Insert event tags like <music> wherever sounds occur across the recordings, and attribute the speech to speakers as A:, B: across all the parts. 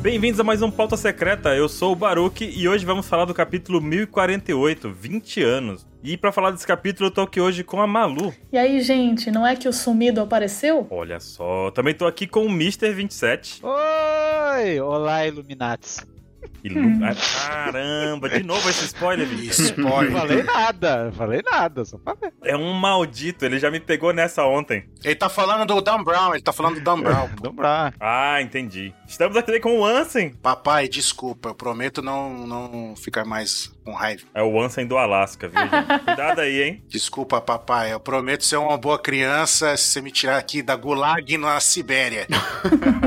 A: Bem-vindos a mais um Pauta Secreta. Eu sou o Baruque e hoje vamos falar do capítulo 1048, 20 anos. E pra falar desse capítulo, eu tô aqui hoje com a Malu.
B: E aí, gente, não é que o sumido apareceu?
A: Olha só, também tô aqui com o Mr. 27.
C: Oi!
B: <laughs>
C: Olá, Illuminatis.
A: E Lu- Ah, Caramba, de novo esse spoiler, bicho.
C: Não falei nada, falei nada, só pra ver.
A: É um maldito, ele já me pegou nessa ontem.
D: Ele tá falando do Dan Brown, ele tá falando do Dan Brown.
C: Dobrar.
A: Ah, entendi. Estamos aqui com o Ansem.
D: <laughs> Papai, desculpa, eu prometo não, não ficar mais com raiva.
A: É o Ansem do Alasca, viu? gente? Cuidado aí, hein?
D: Desculpa, papai, eu prometo ser uma boa criança se você me tirar aqui da Gulag
A: <laughs>
D: na Sibéria.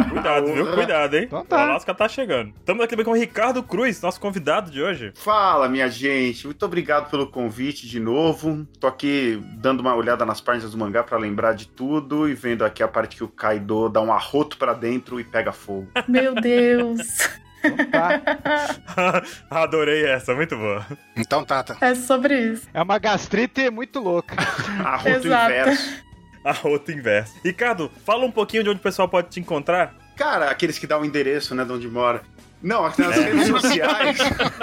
A: Cuidado, viu? Cuidado, hein?
C: Então tá.
A: O Alasca tá chegando. Estamos aqui também com o Ricardo Cruz, nosso convidado de hoje. <laughs>
E: Fala, minha gente. Muito obrigado pelo convite de novo. Tô aqui dando uma olhada nas páginas do mangá pra lembrar de tudo e vendo aqui a parte que o Kaido dá um arroto pra dentro e pega fogo.
A: <laughs>
B: Meu Deus.
C: Dobrar.
A: Adorei essa, muito boa.
D: Então, Tata,
B: É sobre isso.
C: É uma gastrite
B: <laughs>
C: muito louca.
E: Arroto
B: Exato.
E: inverso.
A: A rota inversa. Ricardo, fala um pouquinho de onde o pessoal pode te encontrar.
E: Cara, aqueles que dá o endereço, né, de onde mora. Não, aqui nas redes sociais. <laughs>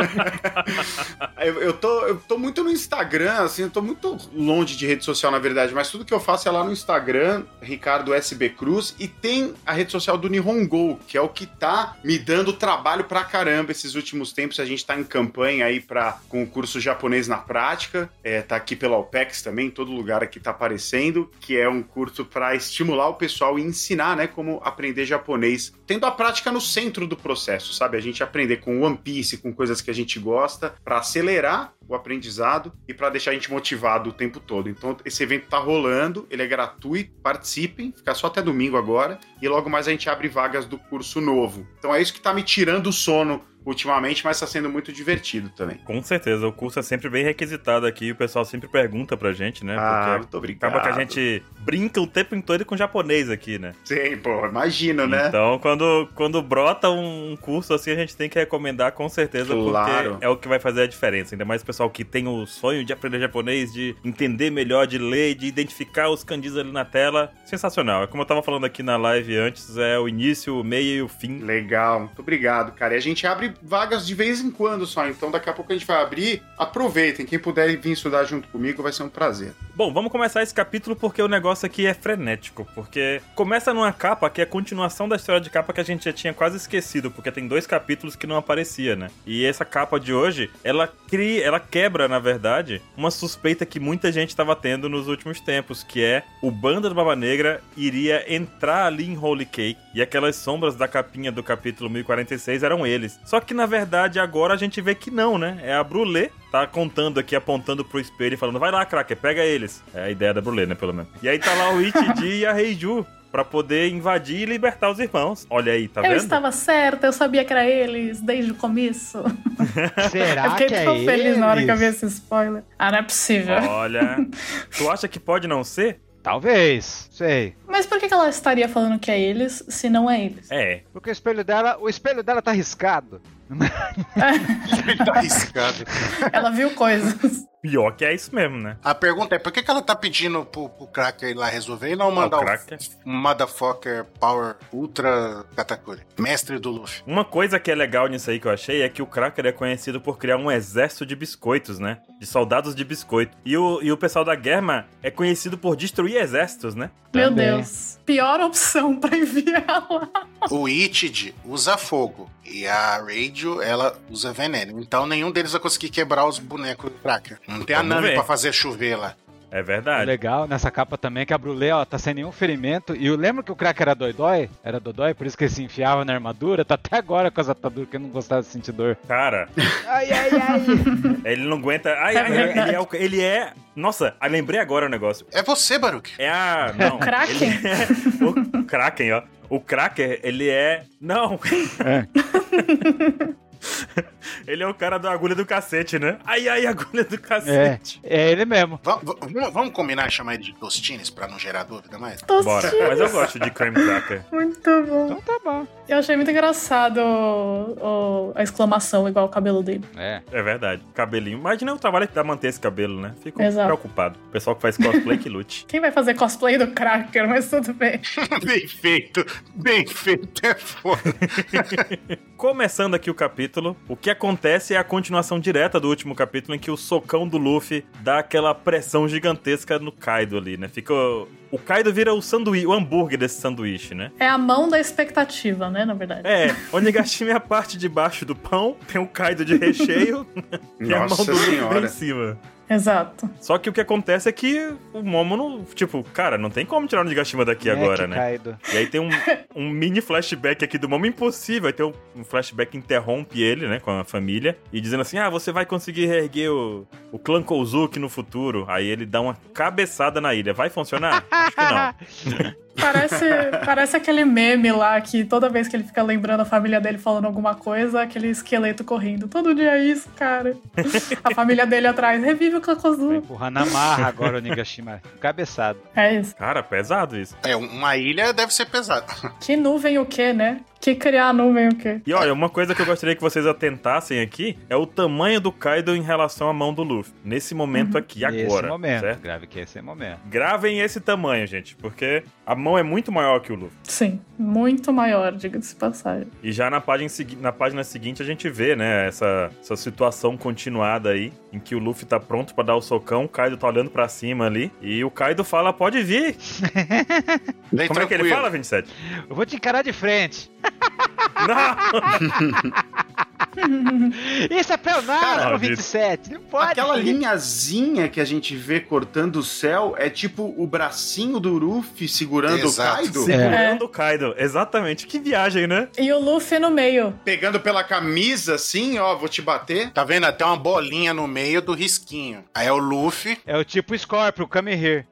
E: eu, eu tô, eu tô muito no Instagram, assim, eu tô muito longe de rede social, na verdade, mas tudo que eu faço é lá no Instagram, Ricardo SB Cruz, e tem a rede social do Nihongo, que é o que tá me dando trabalho pra caramba esses últimos tempos. A gente tá em campanha aí pra concurso japonês na prática, é, tá aqui pela OPEX também, em todo lugar aqui tá aparecendo, que é um curso pra estimular o pessoal e ensinar, né, como aprender japonês, tendo a prática no centro do processo, sabe? A gente aprender com One Piece, com coisas que a gente gosta, pra acelerar o aprendizado e pra deixar a gente motivado o tempo todo. Então, esse evento tá rolando, ele é gratuito, participem, fica só até domingo agora, e logo mais a gente abre vagas do curso novo. Então, é isso que tá me tirando o sono ultimamente, mas tá sendo muito divertido também.
A: Com certeza, o curso é sempre bem requisitado aqui, o pessoal sempre pergunta pra gente, né?
E: ah,
A: Porque
E: muito obrigado.
A: acaba que a gente brinca o tempo inteiro com japonês aqui, né?
E: Sim, pô, imagino, né?
A: Então, quando, quando brota um curso assim, a gente tem que recomendar com certeza,
E: Claro.
A: porque é o que vai fazer a diferença. Ainda mais o pessoal que tem o sonho de aprender japonês, de entender melhor, de ler, de identificar os kanjis ali na tela. Sensacional. É como eu tava falando aqui na live antes, é o início, o meio e o fim
E: Legal, muito obrigado, cara. E a gente abre vagas de vez em quando só, então daqui a pouco a gente vai abrir. Aproveitem, quem puder vir estudar junto comigo vai ser um prazer.
A: Bom, vamos começar esse capítulo porque o negócio aqui é frenético, porque começa numa capa que é a continuação da história de capa que a gente já tinha quase esquecido, porque tem dois capítulos que não aparecia, né? E essa capa de hoje, ela cria, ela quebra, na verdade, uma suspeita que muita gente estava tendo nos últimos tempos, que é o Banda do Baba Negra iria entrar ali em Holy Cake e aquelas sombras da capinha do capítulo 1046 eram eles. Só que na verdade agora a gente vê que não, né? É a Brulé tá contando aqui, apontando pro espelho e falando: vai lá, Cracker, pega eles. É a ideia da Brulé, né? Pelo menos. E aí tá lá o Itidi e a Reiju pra poder invadir e libertar os irmãos. Olha aí, tá
B: eu
A: vendo?
B: estava certa, eu sabia que era eles desde o começo. eu
C: Será que
B: fiquei
C: é
B: tão feliz na hora que eu vi
C: eles?
B: esse spoiler. Ah, não é possível. <laughs>
A: Olha. tu acha que pode não ser?
C: Talvez, sei.
B: Mas por que que ela estaria falando que é eles se não é eles?
A: É.
C: Porque o espelho dela, o espelho dela tá arriscado.
D: ele tá arriscado.
B: Ela viu
A: <laughs>
B: coisas.
A: Pior que é isso mesmo, né?
D: A pergunta é, por que, que ela tá pedindo pro, pro Cracker ir lá resolver e não mandar um
A: Ah,
D: o,
A: o Cracker.
D: Motherfucker Power Ultra Katakuri, mestre do Luffy?
A: Uma coisa que é legal nisso aí que eu achei é que o Cracker é conhecido por criar um exército de biscoitos, né? De soldados de biscoito. E o, e o pessoal da Germa é conhecido por destruir exércitos, né?
B: Meu
C: Também.
B: Deus. Pior opção pra enviar lá.
D: O Itid usa fogo e a Radio, ela usa veneno. Então nenhum deles vai conseguir quebrar os bonecos do Cracker. Não tem a
A: Vamos
D: Nami
A: ver.
D: pra fazer chover lá.
A: É
C: O
A: verdade.
C: legal nessa capa também é que a Brulé, ó, tá sem nenhum ferimento. E eu lembro que o crack era doidói, era dodói, por isso que ele se enfiava na armadura. Tá até agora com as ataduras que eu não gostava de sentir dor.
A: Cara,
C: Ai, ai, ai.
A: ele não aguenta. Ai,
B: É
A: ai, ai,
B: verdade.
A: ele, é, o- ele é. Nossa, ah, lembrei agora o negócio.
D: É você, Baruch.
A: É a. Não.
B: Kraken?
A: ele é- O Kraken, ó. O Cracker, ele é. Não! <laughs> Ele é o cara da agulha do cacete, né? Ai, ai, agulha do
B: <laughs>
A: cacete.
C: É ele mesmo.
D: Va- va- Vamos, vamos combinar e chamar ele de Tostines pra não gerar dúvida mais?
A: Bora.
B: Tostinho.
A: Mas eu gosto de creme cracker.
B: assim, Muito bom.
C: Então tá bom.
B: Eu achei muito engraçado o- o- a exclamação igual o cabelo dele.
C: É.
A: É verdade. Cabelinho. Imagina o trabalho que dá manter esse cabelo, né? Fico
B: Exato.
A: preocupado. O pessoal que faz cosplay que
B: <laughs>
A: lute.
B: Quem vai fazer cosplay do Cracker, <laughs> mas tudo bem.
D: <laughs> bem feito, bem feito é foda.
A: Começando aqui o capítulo, o que acontece é a continuação direta do último capítulo em que o socão do Luffy dá aquela pressão gigantesca no Kaido ali, né? Fica. o- O Kaido vira o sanduíche, o hambúrguer desse sanduíche, né?
B: É a mão da expectativa, né, na verdade.
A: É, o Onigashima é a parte de baixo do pão, tem o Kaido de recheio <laughs> e É a mão
E: Nossa
A: do Luffy lá em
E: senhora.
A: cima.
B: Exato.
A: Só que o que acontece é que o Momo não. Tipo, cara, não tem como tirar o Onigashima
C: É,
A: daqui agora, né?
C: Kaido.
A: E aí tem um, um mini flashback aqui do Momo Impossível. Aí tem um, um flashback que interrompe ele, né, com a família. E dizendo assim, ah, você vai conseguir reerguer o, o clã Kozuki no futuro. Aí ele dá uma cabeçada na ilha. Vai funcionar? Acho que não. <laughs>
B: Parece, parece aquele meme lá que toda vez que ele fica lembrando a família dele falando alguma coisa, aquele esqueleto correndo. Todo dia é isso,
A: <laughs>
B: cara. A família dele atrás, revive o
C: Vai
B: Kakozu.
C: empurrar na marra agora o Nigashima. Cabeçado.
B: É isso.
A: Cara, pesado isso.
D: É, uma ilha deve ser pesada.
B: Que nuvem o quê, né? Que criar nuvem o quê?
A: E olha, uma coisa que eu gostaria que vocês atentassem aqui é o tamanho do Kaido em relação à mão do Luffy. Nesse momento aqui, agora.
C: Esse momento.
A: certo?
C: Grave que esse é o momento.
A: Gravem esse tamanho, gente, porque a mão é muito maior que o Luffy.
B: Sim, muito maior, diga-se de passagem.
A: E já na página, segui- na página seguinte a gente vê, né, essa, essa situação continuada aí, em que o Luffy tá pronto pra dar o socão, o Kaido tá olhando pra cima ali, e o Kaido fala, pode vir.
D: Bem
A: Como é que ele
D: tranquilo.
A: fala, 27?
C: Eu vou te encarar de frente.
A: Não!
C: Isso é
A: Cara,
C: pelnado no
A: disse-
C: 27. Não pode.
E: Aquela linhazinha que a gente vê cortando o céu é tipo o bracinho do Ruffy segurando
D: Exato.
E: o Kaido,
C: É.
A: Olhando o Kaido, exatamente. Que viagem, né?
B: E o Luffy no meio.
E: pegando pela camisa assim, ó, vou te bater.
D: Tá vendo? Até uma bolinha no meio do risquinho. Aí é o Luffy.
C: É o tipo Scorpio, Come Here.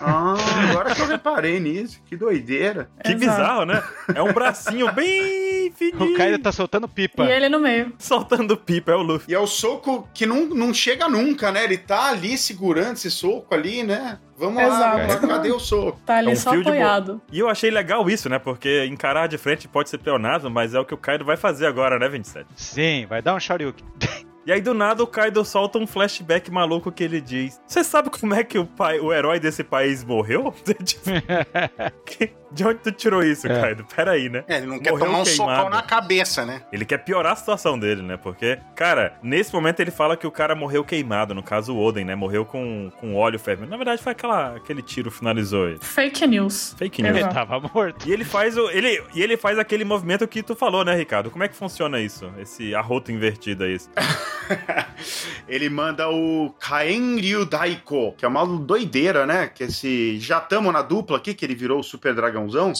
E: Ah, agora que eu reparei nisso, que doideira.
A: Que
B: Exato.
A: bizarro, né? É um bracinho bem fininho.
C: O Kaido tá soltando pipa.
B: E ele no meio.
A: soltando pipa, é o Luffy.
E: E é o soco que não, não chega nunca, né? Ele tá ali segurando esse soco ali, né? Vamos lá,
B: Exato.
E: vamos lá, cadê o soco?
B: Tá ali
A: É um
B: só
A: fio de bo-
B: apoiado.
A: E eu achei legal isso, né? Porque encarar de frente pode ser pleonasmo, mas é o que o Kaido vai fazer agora, né, 27?
C: Sim, vai dar um Shoryuken. <laughs>
A: E aí do nada o Kaido solta um flashback maluco que ele diz: Você sabe como é que o, pai, o herói desse país morreu? <laughs> Tipo, que- De onde tu tirou isso,
C: É.
A: Kaido? Pera aí, né?
D: É, ele não quer
A: Morreu
D: tomar um
A: queimado.
D: socão na cabeça, né?
A: Ele quer piorar a situação dele, né? Porque, cara, nesse momento ele fala que o cara morreu queimado, no caso o Oden, né? Morreu com, com óleo fervendo. Na verdade foi aquela, aquele tiro que finalizou ele.
B: Fake news.
A: Fake news.
C: Ele
B: Exato.
C: tava morto.
A: E ele faz o. Ele, e ele faz aquele movimento que tu falou, né, Ricardo? Como é que funciona isso? Esse arroto invertido aí.
E: Ele manda o Kaenryu Daiko, que é uma doideira, né? Que esse. Já tamo na dupla aqui, que ele virou o Super Dragãozão.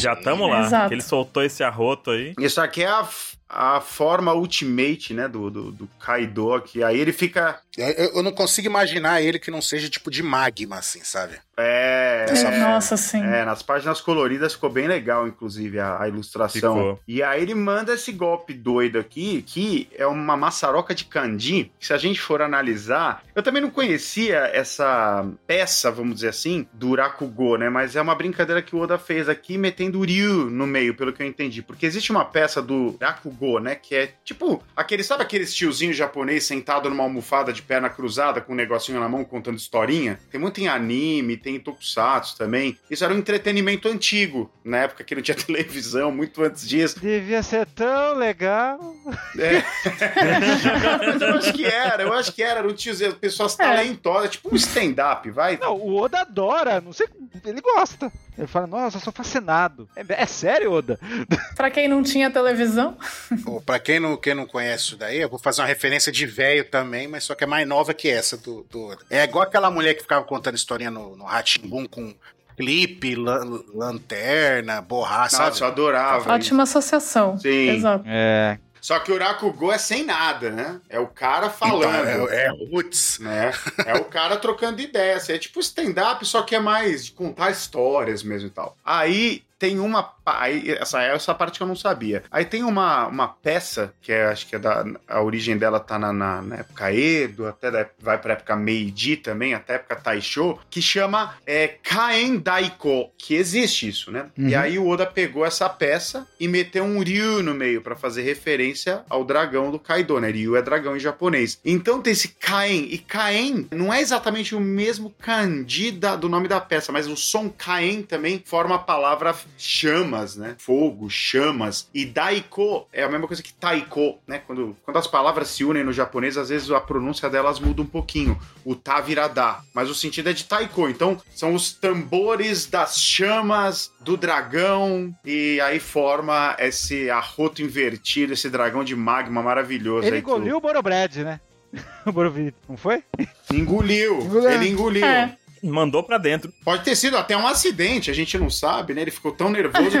A: Já tamo lá.
B: Exato.
A: Que ele soltou esse arroto aí.
E: Isso aqui é a, a forma ultimate, né? Do, do, do Kaido aqui. Aí ele fica.
D: Eu, É, eu- eu não consigo imaginar ele que não seja tipo de magma, assim,
A: <laughs>
D: sabe?
E: É.
D: Essa
B: É, Nossa, sim.
E: É, nas páginas coloridas ficou bem legal, inclusive, a, a ilustração.
A: Ficou.
E: E aí ele manda esse golpe doido aqui, que é uma maçaroca de candi. que Se a gente for analisar, eu também não conhecia essa peça, vamos dizer assim, do Rakugo, né? Mas é uma brincadeira que o Oda fez aqui, metendo o Ryu no meio, pelo que eu entendi. Porque existe uma peça do Rakugo, né? Que é tipo, aquele, sabe aqueles tiozinho japonês sentado numa almofada de perna cruzada com um negocinho na mão contando historinha? Tem muito em anime, tem em tokusatsu também. Isso era um entretenimento antigo, na época que não tinha <laughs> televisão, muito antes disso.
C: Devia ser tão legal.
E: Mas eu acho que era, eu acho que era. Era um tiozinho, pessoas talentosas, tipo um stand-up, vai.
C: Não, o Oda adora. Não sei. Ele gosta. Ele fala, nossa, eu sou fascinado. É, é sério, Oda?
B: Pra quem não tinha televisão,
D: Ou pra quem não, quem não conhece isso daí, eu vou fazer uma referência de velho também, mas só que é mais nova que essa do, do- É igual aquela mulher que ficava contando historinha no, no Ratimbum com clipe, lan- lanterna, borracha,
E: Nossa, eu
D: sabe?
E: adorava. isso.
B: ótima associação.
E: Sim.
B: Exato.
C: É.
E: Só que o Rakugo é sem nada, né? É o cara falando.
D: Então, é, é roots.
E: né? É o cara assim, trocando ideias. É tipo stand-up, só que é mais de contar histórias mesmo e tal. Aí tem uma. pa- Aí, essa, essa parte que eu não sabia. Aí tem uma, uma peça, que é, acho que é da. A origem dela tá na, na, na época Edo, até da, vai pra época Meiji também, até a época Taisho, que chama é, Kaen Daiko, que existe isso, né?
C: Uhum.
E: E aí o Oda pegou essa peça e meteu um Ryu no meio pra fazer referência ao dragão do Kaido, né? Ryu é dragão em japonês. Então tem esse Kaen, e Kaen não é exatamente o mesmo kanji da- do nome da peça, mas o som Kaen também forma a palavra chamas, né? Fogo, chamas. E Daiko é a mesma coisa que Taiko, né? Quando, quando as palavras se unem no japonês, às vezes a pronúncia delas muda um pouquinho o tá vira dá, mas o sentido é de taiko, então são os tambores das chamas do dragão e aí forma esse arroto invertido, esse dragão de magma maravilhoso.
C: Ele
E: aí que
C: engoliu o Borobred, né? <laughs> O Borovit, não foi?
E: o- Engoliu,
C: Engoliu.
E: ele engoliu.
B: É.
A: Mandou pra dentro.
E: Pode ter sido até um acidente, a gente não sabe, né? Ele ficou tão nervoso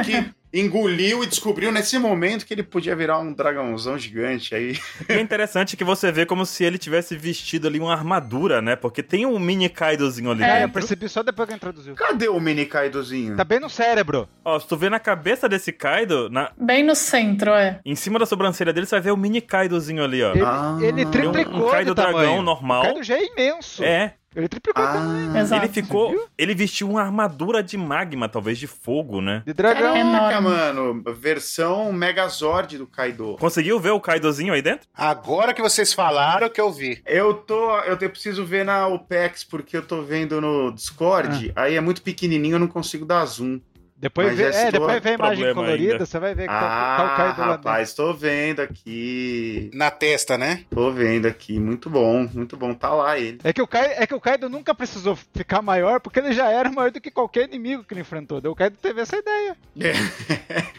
B: <laughs>
E: que engoliu e descobriu nesse momento que ele podia virar um dragãozão gigante aí.
A: E é interessante que você vê como se ele tivesse vestido ali uma armadura, né? Porque tem um mini Kaidozinho ali né?
B: É,
C: É, eu
A: dentro.
C: percebi só depois que introduziu.
E: Cadê o mini Kaidozinho?
C: Tá bem no cérebro.
A: Ó, se tu vê na cabeça desse Kaido, na...
B: Bem no centro, é.
A: em cima da sobrancelha dele, você vai ver o mini Kaidozinho ali, ó.
C: Ele,
E: Ah.
C: ele
E: Tem
A: Tem um,
C: triplicou
A: um
C: de
A: Kaido
C: tamanho.
A: dragão
C: O
A: normal.
C: Kaido já é imenso.
A: É,
C: Ele triplicou de tamanho.
E: Ah,
B: Exato.
A: ele ficou.
C: Você viu?
A: Ele vestiu uma armadura de magma, talvez de fogo, né?
C: De dragão.
B: É
E: Caraca,
B: enorme.
E: mano, versão Megazord do Kaido.
A: Conseguiu ver o Kaidozinho aí dentro?
D: Agora que vocês falaram que eu vi.
E: Eu tô. Eu te- preciso ver na OPEX, porque eu tô vendo no Discord. Aí é muito pequenininho, eu não consigo dar zoom.
C: Depois
E: Mas
C: vê,
E: esse
C: é,
E: do-
C: depois vê a imagem
A: problema
C: colorida,
A: ainda.
C: você vai ver que tá, tá o
E: ah,
C: Kaido lá dentro.
E: rapaz, tô vendo aqui.
D: Na testa, né?
E: Tô vendo aqui. Muito bom, muito bom. Tá lá ele.
C: É que, o Kaido, é que o Kaido nunca precisou ficar maior, porque ele já era maior do que qualquer inimigo que ele enfrentou. Daí o Kaido teve essa ideia.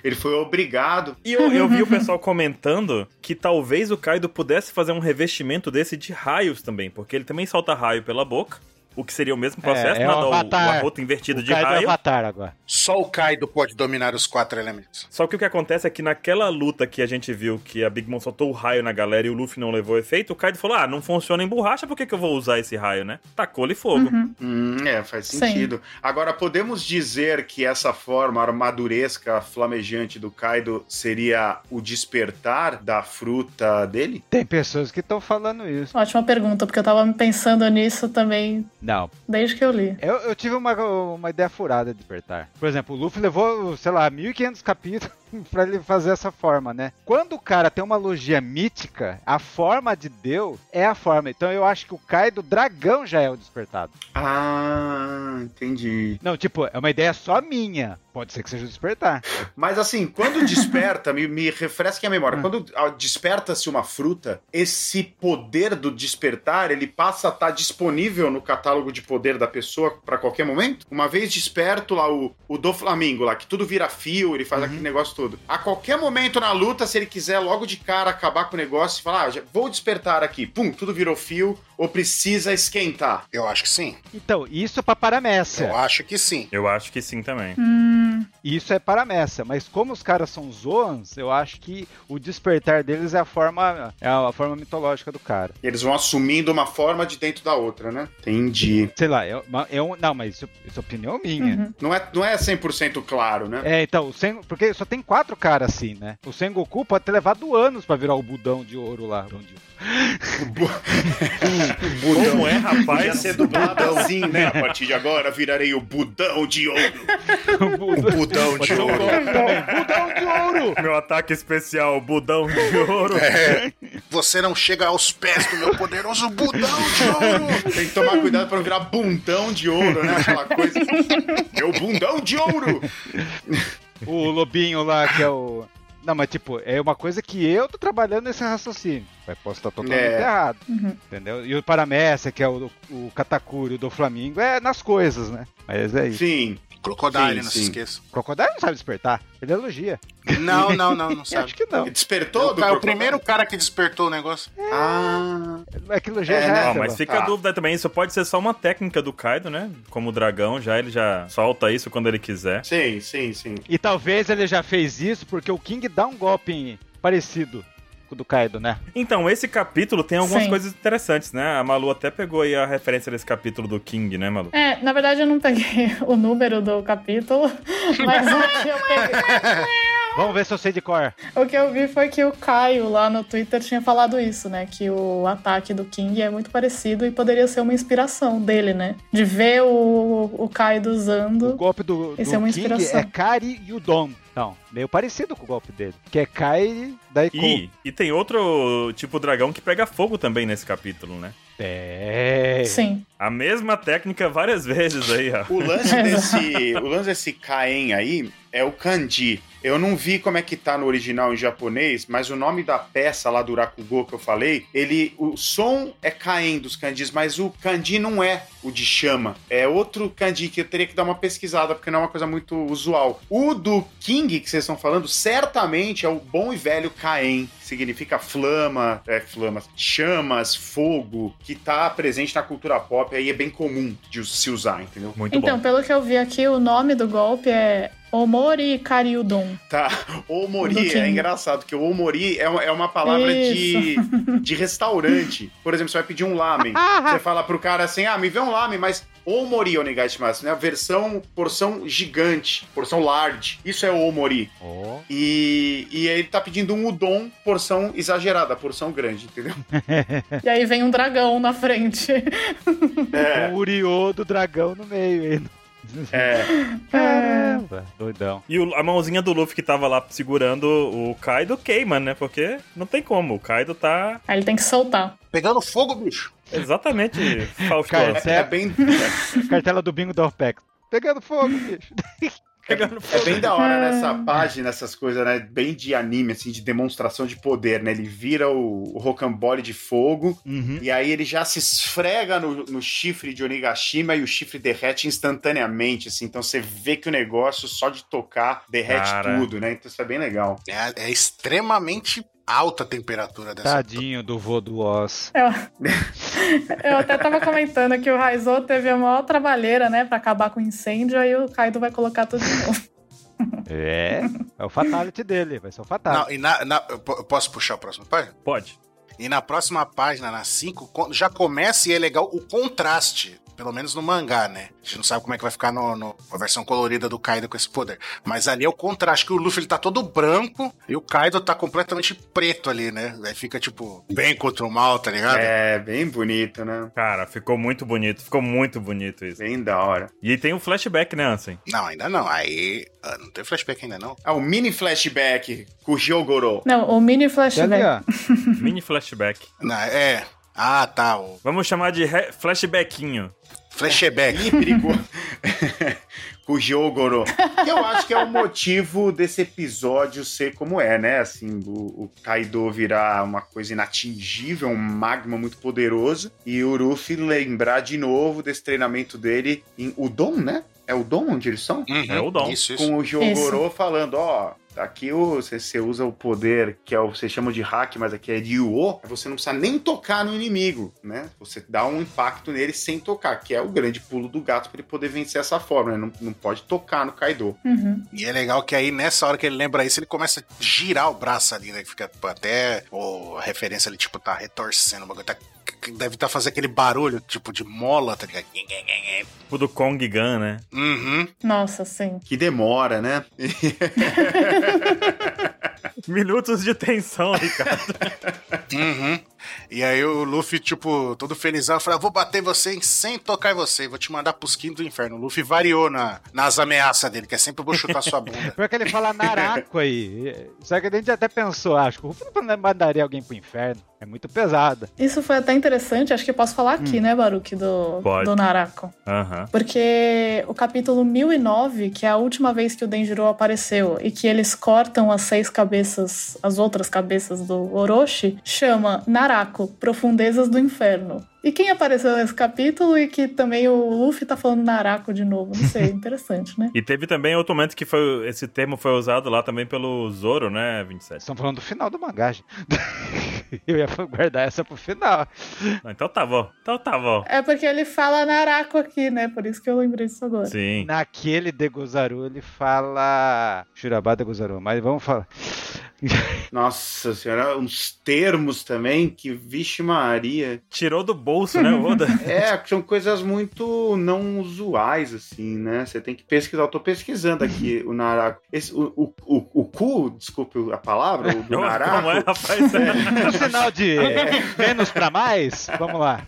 E: Ele foi obrigado.
A: E eu, eu vi o pessoal comentando que talvez o Kaido pudesse fazer um revestimento desse de raios também, porque ele também solta raio pela boca, o que seria o mesmo processo,
C: é
A: né?
C: o
A: da- o,
C: avatar.
A: o arroto invertido
C: o
A: de
C: Kaido é
A: raio.
C: Avatar agora.
D: Só o Kaido pode dominar os quatro elementos.
A: Só que o que acontece é que naquela luta que a gente viu que a Big Mom soltou o raio na galera e o Luffy não levou efeito, o Kaido falou: Ah, não funciona em borracha, por que, que eu vou usar esse raio, né? Tacou-lhe fogo.
B: Uhum.
E: Hum, é, faz
B: Sim.
E: sentido. Agora, podemos dizer que essa forma armaduresca, flamejante do Kaido seria o despertar da fruta dele?
C: Tem pessoas que estão falando isso.
B: Ótima pergunta, porque eu tava pensando nisso também
C: Não.
B: desde que eu li.
C: Eu, eu tive uma, uma ideia furada de despertar. Por exemplo, o Luffy levou, sei lá, 1500 capítulos <laughs> pra ele fazer essa forma, né? Quando o cara tem uma logia mítica, a forma de Deus é a forma. Então eu acho que o Kaido dragão já é o despertado.
E: Ah, entendi.
C: Não, tipo, é uma ideia só minha. Pode ser que seja o despertar.
E: Mas assim, quando desperta, me, me refresquem a memória, quando ah, desperta-se uma fruta, esse poder do despertar, ele passa a estar disponível no catálogo de poder da pessoa pra qualquer momento? Uma vez desperto lá o, o do Flamingo lá, que tudo vira fio, ele faz aquele negócio todo. A qualquer momento na luta, se ele quiser logo de cara acabar com o negócio e falar, ah, já- vou despertar aqui, pum, tudo virou fio, ou precisa esquentar.
D: Eu acho que sim.
C: Então, isso é pra paramécia.
D: Eu acho que sim.
A: Eu acho que sim também.
C: Uhum.
B: Hum,
C: Isso é paramécia. Mas como os caras são zoans, eu acho que o despertar deles é a forma, é a forma mitológica do cara.
E: Eles vão assumindo uma forma de dentro da outra, né? Entendi.
C: Sei lá, é, uma- é um. Não, mas isso, isso é opinião minha.
B: uhum.
E: Não é, não é 100% claro, né?
C: É, então, o Sen... porque só tem quatro caras assim, né? O Sengoku pode ter levado anos pra virar o budão de ouro lá. onde-
A: Como é,
E: Podia
A: rapaz?
E: ser
A: <laughs>
E: dublado assim, né? A partir de agora virarei o budão de ouro.
C: O
D: O
E: <laughs>
C: budão
D: budão de ouro.
C: budão de ouro!
A: Meu ataque especial, budão de ouro.
D: Você não chega aos pés do meu poderoso budão
E: <laughs>
D: de ouro.
E: Tem que tomar cuidado pra não virar bundão de ouro, né? Aquela coisa. É o bundão de ouro!
C: O lobinho lá, que é o. Não, mas tipo, é uma coisa que eu tô trabalhando nesse raciocínio. Mas posso estar totalmente
E: É.
C: errado,
B: Uhum.
C: entendeu? E o Paramécia, que é o, o Katakuri do Flamengo, é nas coisas, né? Mas é isso.
E: Sim.
D: Crocodile,
E: Sim,
D: não
E: sim.
D: se esqueça.
C: O Crocodile não sabe despertar. Ele elogia.
D: Não, não, não, não
C: Eu
D: sabe.
C: <laughs> acho que não.
E: Despertou do
D: é o
E: crocodilo?
D: primeiro cara que despertou o negócio.
E: Ah.
C: É que elogia
E: É,
C: já é,
A: Não,
C: sei
A: mas
C: lá.
A: fica a
E: Ah.
A: dúvida também. Isso pode ser só uma técnica do Kaido, né? Como o dragão, já ele já solta isso quando ele quiser.
E: Sim, sim, sim.
C: E talvez ele já fez isso porque o King dá um golpe em- parecido arco do Kaido, né?
A: Então, esse capítulo tem algumas
B: Sim.
A: coisas interessantes, né? A Malu até pegou aí a referência desse capítulo do King, né, Malu?
B: É, na verdade eu não peguei <laughs> o número do capítulo, <laughs> mas o que eu peguei.
C: Vamos ver se eu sei de cor.
B: O que eu vi foi que o Caio lá no Twitter tinha falado isso, né? Que o ataque do King é muito parecido e poderia ser uma inspiração dele, né? De ver o, o Kaido
C: O
B: usando.
C: golpe do, do
B: Esse é uma
C: King
B: inspiração.
C: é Kari Yudon. Então, meio parecido com o golpe dele. Que é Kairi, daí com...
A: E, e tem outro tipo dragão que pega fogo também nesse capítulo, né?
C: É.
B: Sim.
A: A mesma técnica várias <laughs> vezes aí, ó.
E: O lance desse, o lance desse Kaen aí é o kanji. Eu não vi como é que tá no original em japonês, mas o nome da peça lá do Rakugo que eu falei, ele o som é Kaen dos kanjis, mas o kanji não é o de chama. É outro kanji que eu teria que dar uma pesquisada, porque não é uma coisa muito usual. O do King que vocês estão falando, certamente é o bom e velho Kaen, que significa flama, é flamas, chamas, fogo, que tá presente na cultura pop aí é bem comum de se usar, entendeu?
A: Muito
B: Então,
A: bom.
B: pelo que eu vi aqui, o nome do golpe é Omori Kariudon.
E: Tá,
B: Do
E: Omori
B: King.
E: é engraçado, porque o Omori é, é uma palavra de, de restaurante. Por exemplo, você vai pedir um lamen. você fala pro cara assim, ah, me vê um lamen, mas Omori onegaishimasu, né? A versão, porção gigante, porção large. Isso é Omori.
C: Ó.
E: E, e ele tá pedindo um udon, porção exagerada, porção grande, entendeu?
B: E aí vem um dragão na frente. <laughs>
E: É,
C: Com o Uriô do dragão no meio. hein?
E: é.
C: <laughs> Caramba. Doidão.
A: E o- a mãozinha do Luffy que tava lá segurando o Kaido queima, né? Porque não tem como. O Kaido tá
B: Aí ele tem que soltar.
D: Pegando fogo, bicho.
A: exatamente
C: Cara,
A: Faustão.
E: É, é bem,
C: Cartela do bingo do Orpex. Pegando fogo, bicho.
A: Pegando
E: é bem da hora nessa página, essas coisas, né? Bem de anime, assim, de demonstração de poder, né? Ele vira o, o rocambole de fogo,
C: Uhum.
E: E aí ele já se esfrega no, no chifre de Onigashima e o chifre derrete instantaneamente, assim. Então você vê que o negócio, só de tocar, derrete
A: Cara.
E: tudo, né? Então isso é bem legal.
D: É, é extremamente alta a temperatura dessa.
C: Tadinho do vô do Oz.
B: Eu até tava comentando que o Raizou teve a maior trabalheira, né, pra acabar com o incêndio, aí o Kaido vai colocar tudo de novo.
C: É. É o fatality dele. Vai ser o
E: Tá,
C: fatality.
D: Não, e na, na- eu po- eu posso puxar a próxima página?
A: Pode.
D: E na próxima página, na 5, já começa e é legal o contraste. Pelo menos no mangá, né? A gente não sabe como é que vai ficar no, no- a versão colorida do Kaido com esse poder. Mas ali é o contraste, que o Luffy ele tá todo branco e o Kaido tá completamente preto ali, né? Aí fica, tipo, bem contra o mal, tá ligado?
E: É, bem bonito, né?
A: Cara, ficou muito bonito. Ficou muito bonito isso.
E: Bem da hora.
A: E tem um flashback, né, Ansem?
D: Não, ainda não. Aí. ah, não tem flashback ainda, não.
E: Ah, o mini flashback com o Hyogoro.
B: <laughs> Não, o mini
C: Quer ver,
B: flashback.
C: ó?
A: Mini flashback.
D: não é. Ah, tá. O
A: Vamos chamar de re- flashbackinho.
D: flashback.
E: Ih, perigoso. <laughs> com o Hyogoro. Que eu acho que é o motivo desse episódio ser como é, né? Assim, o, o Kaido virar uma coisa inatingível, um magma muito poderoso. E o Ruffy lembrar de novo desse treinamento dele em Udon, né? É Udon onde eles são?
D: Uhum,
A: É o Dom.
D: Isso, isso.
E: Com o Hyogoro falando, ó... Aqui o- você, você usa o poder que é o, você chama de hack, mas aqui é de Yuo. Você não precisa nem tocar no inimigo, né? Você dá um impacto nele sem tocar, que é o grande pulo do gato pra ele poder vencer essa forma, né? Não, não pode tocar no Kaido.
B: Uhum.
D: E é legal que aí, nessa hora que ele lembra isso, ele começa a girar o braço ali, né? Que fica pô, até. Ou a referência ali, tipo, tá retorcendo o bagulho. Tá, deve estar tá fazendo aquele barulho, tipo, de mola, tá ligado?
A: Tipo do Kong Gun, né? <laughs>
D: Uhum.
B: Nossa, sim.
E: Que demora, né? <laughs>
A: Minutos de tensão, Ricardo.
D: Uhum. E aí o Luffy, tipo, todo felizão, fala: vou bater você em- sem tocar em você, vou te mandar pros quintos do inferno. O Luffy variou na, nas ameaças dele, que é sempre eu vou chutar
C: <laughs>
D: sua bunda.
C: Pior que ele fala naraco aí. Só que a gente até pensou, acho que o Rufus não mandaria alguém pro inferno. É muito pesada.
B: Isso foi até interessante, acho que posso falar aqui, né, Baruque, do,
A: Pode.
B: do Narako.
A: Aham.
B: Porque o capítulo 1009, que é a última vez que o Denjiro apareceu e que eles cortam as seis cabeças, as outras cabeças do Orochi, chama Narako, Profundezas do Inferno. E quem apareceu nesse capítulo e que também o Luffy tá falando Narako de novo, não
E: <laughs>
B: sei, interessante, né?
A: E teve também outro momento que foi, esse termo foi usado lá também pelo Zoro, né,
C: <laughs>
A: 27?
C: Estão falando do final do mangá, gente. <laughs> Eu ia guardar essa pro final.
A: Não, então tá bom. Então tá bom.
B: É porque ele fala Narako aqui, né? Por isso que eu lembrei disso agora.
A: Sim.
C: Naquele Degozaru ele fala. Shurabá Degozaru, mas vamos falar. <laughs>
E: Nossa senhora, uns termos também que, vixe Maria.
A: Tirou do bolso, né, Oda?
E: É, são coisas muito não usuais, assim, né? Você tem que pesquisar. Eu tô pesquisando aqui o Naraku. Esse, o, o, o, o cu, desculpe a palavra,
A: <laughs>
E: o do
A: Como é,
E: Naraku.
A: rapaz?
C: No sinal de é, menos pra mais, vamos lá.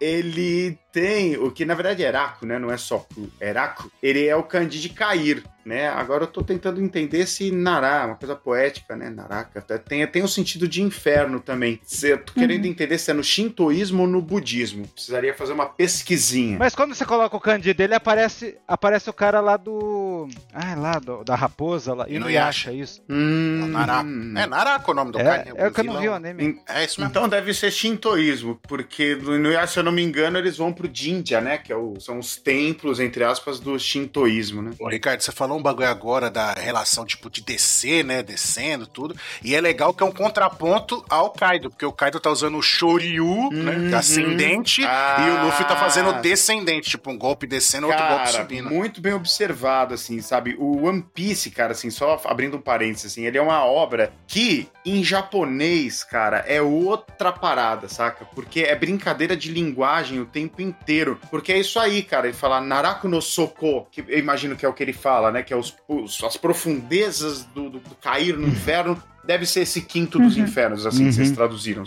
E: ele tem o que na verdade é Eraco, né? Não é só Ku. Eraco, ele é o kanji de cair, né? Agora eu tô tentando entender se Nará, é uma coisa poética, né? Naraka, tá- tem, tem um sentido de inferno também. Se, eu tô querendo entender se é no shintoísmo ou no budismo. Precisaria fazer uma pesquisinha.
C: Mas quando você coloca o Candido, ele aparece, aparece o cara lá do. Ah, lá do- da raposa lá. E não
D: Inuyasha.
C: acha isso.
E: Hum,
D: Narako. É Narako o nome do cara.
C: É, é o que eu não vi o anime.
D: É isso mesmo.
E: Então deve ser shintoísmo, porque no Inuyasha, se eu não me engano, eles vão pro Jinja, né? Que é o- são os templos, entre aspas, do shintoísmo, né?
D: Ô, Ricardo, você falou um bagulho agora da relação, tipo, de descer, né? Descendo, tudo. E é legal que é um contraponto ao Kaido, porque o Kaido tá usando o Shoryu, né?
E: Uhum.
D: Ascendente, e
E: Ah.
D: o Luffy tá fazendo descendente, tipo, um golpe descendo, outro golpe
E: Cara,
D: subindo.
E: muito bem observado, assim, sabe? O One Piece, cara, assim, só abrindo um parênteses, assim, ele é uma obra que, em japonês, cara, é outra parada, saca? Porque é brincadeira de linguagem o tempo inteiro. Porque é isso aí, cara, ele fala Naraku no Soko, que eu imagino que é o que ele fala, né? Que é os, os- as profundezas do, do- do cair
D: Hum.
E: no inferno. Deve ser esse quinto dos infernos, assim, que vocês
C: Uhum.
E: traduziram,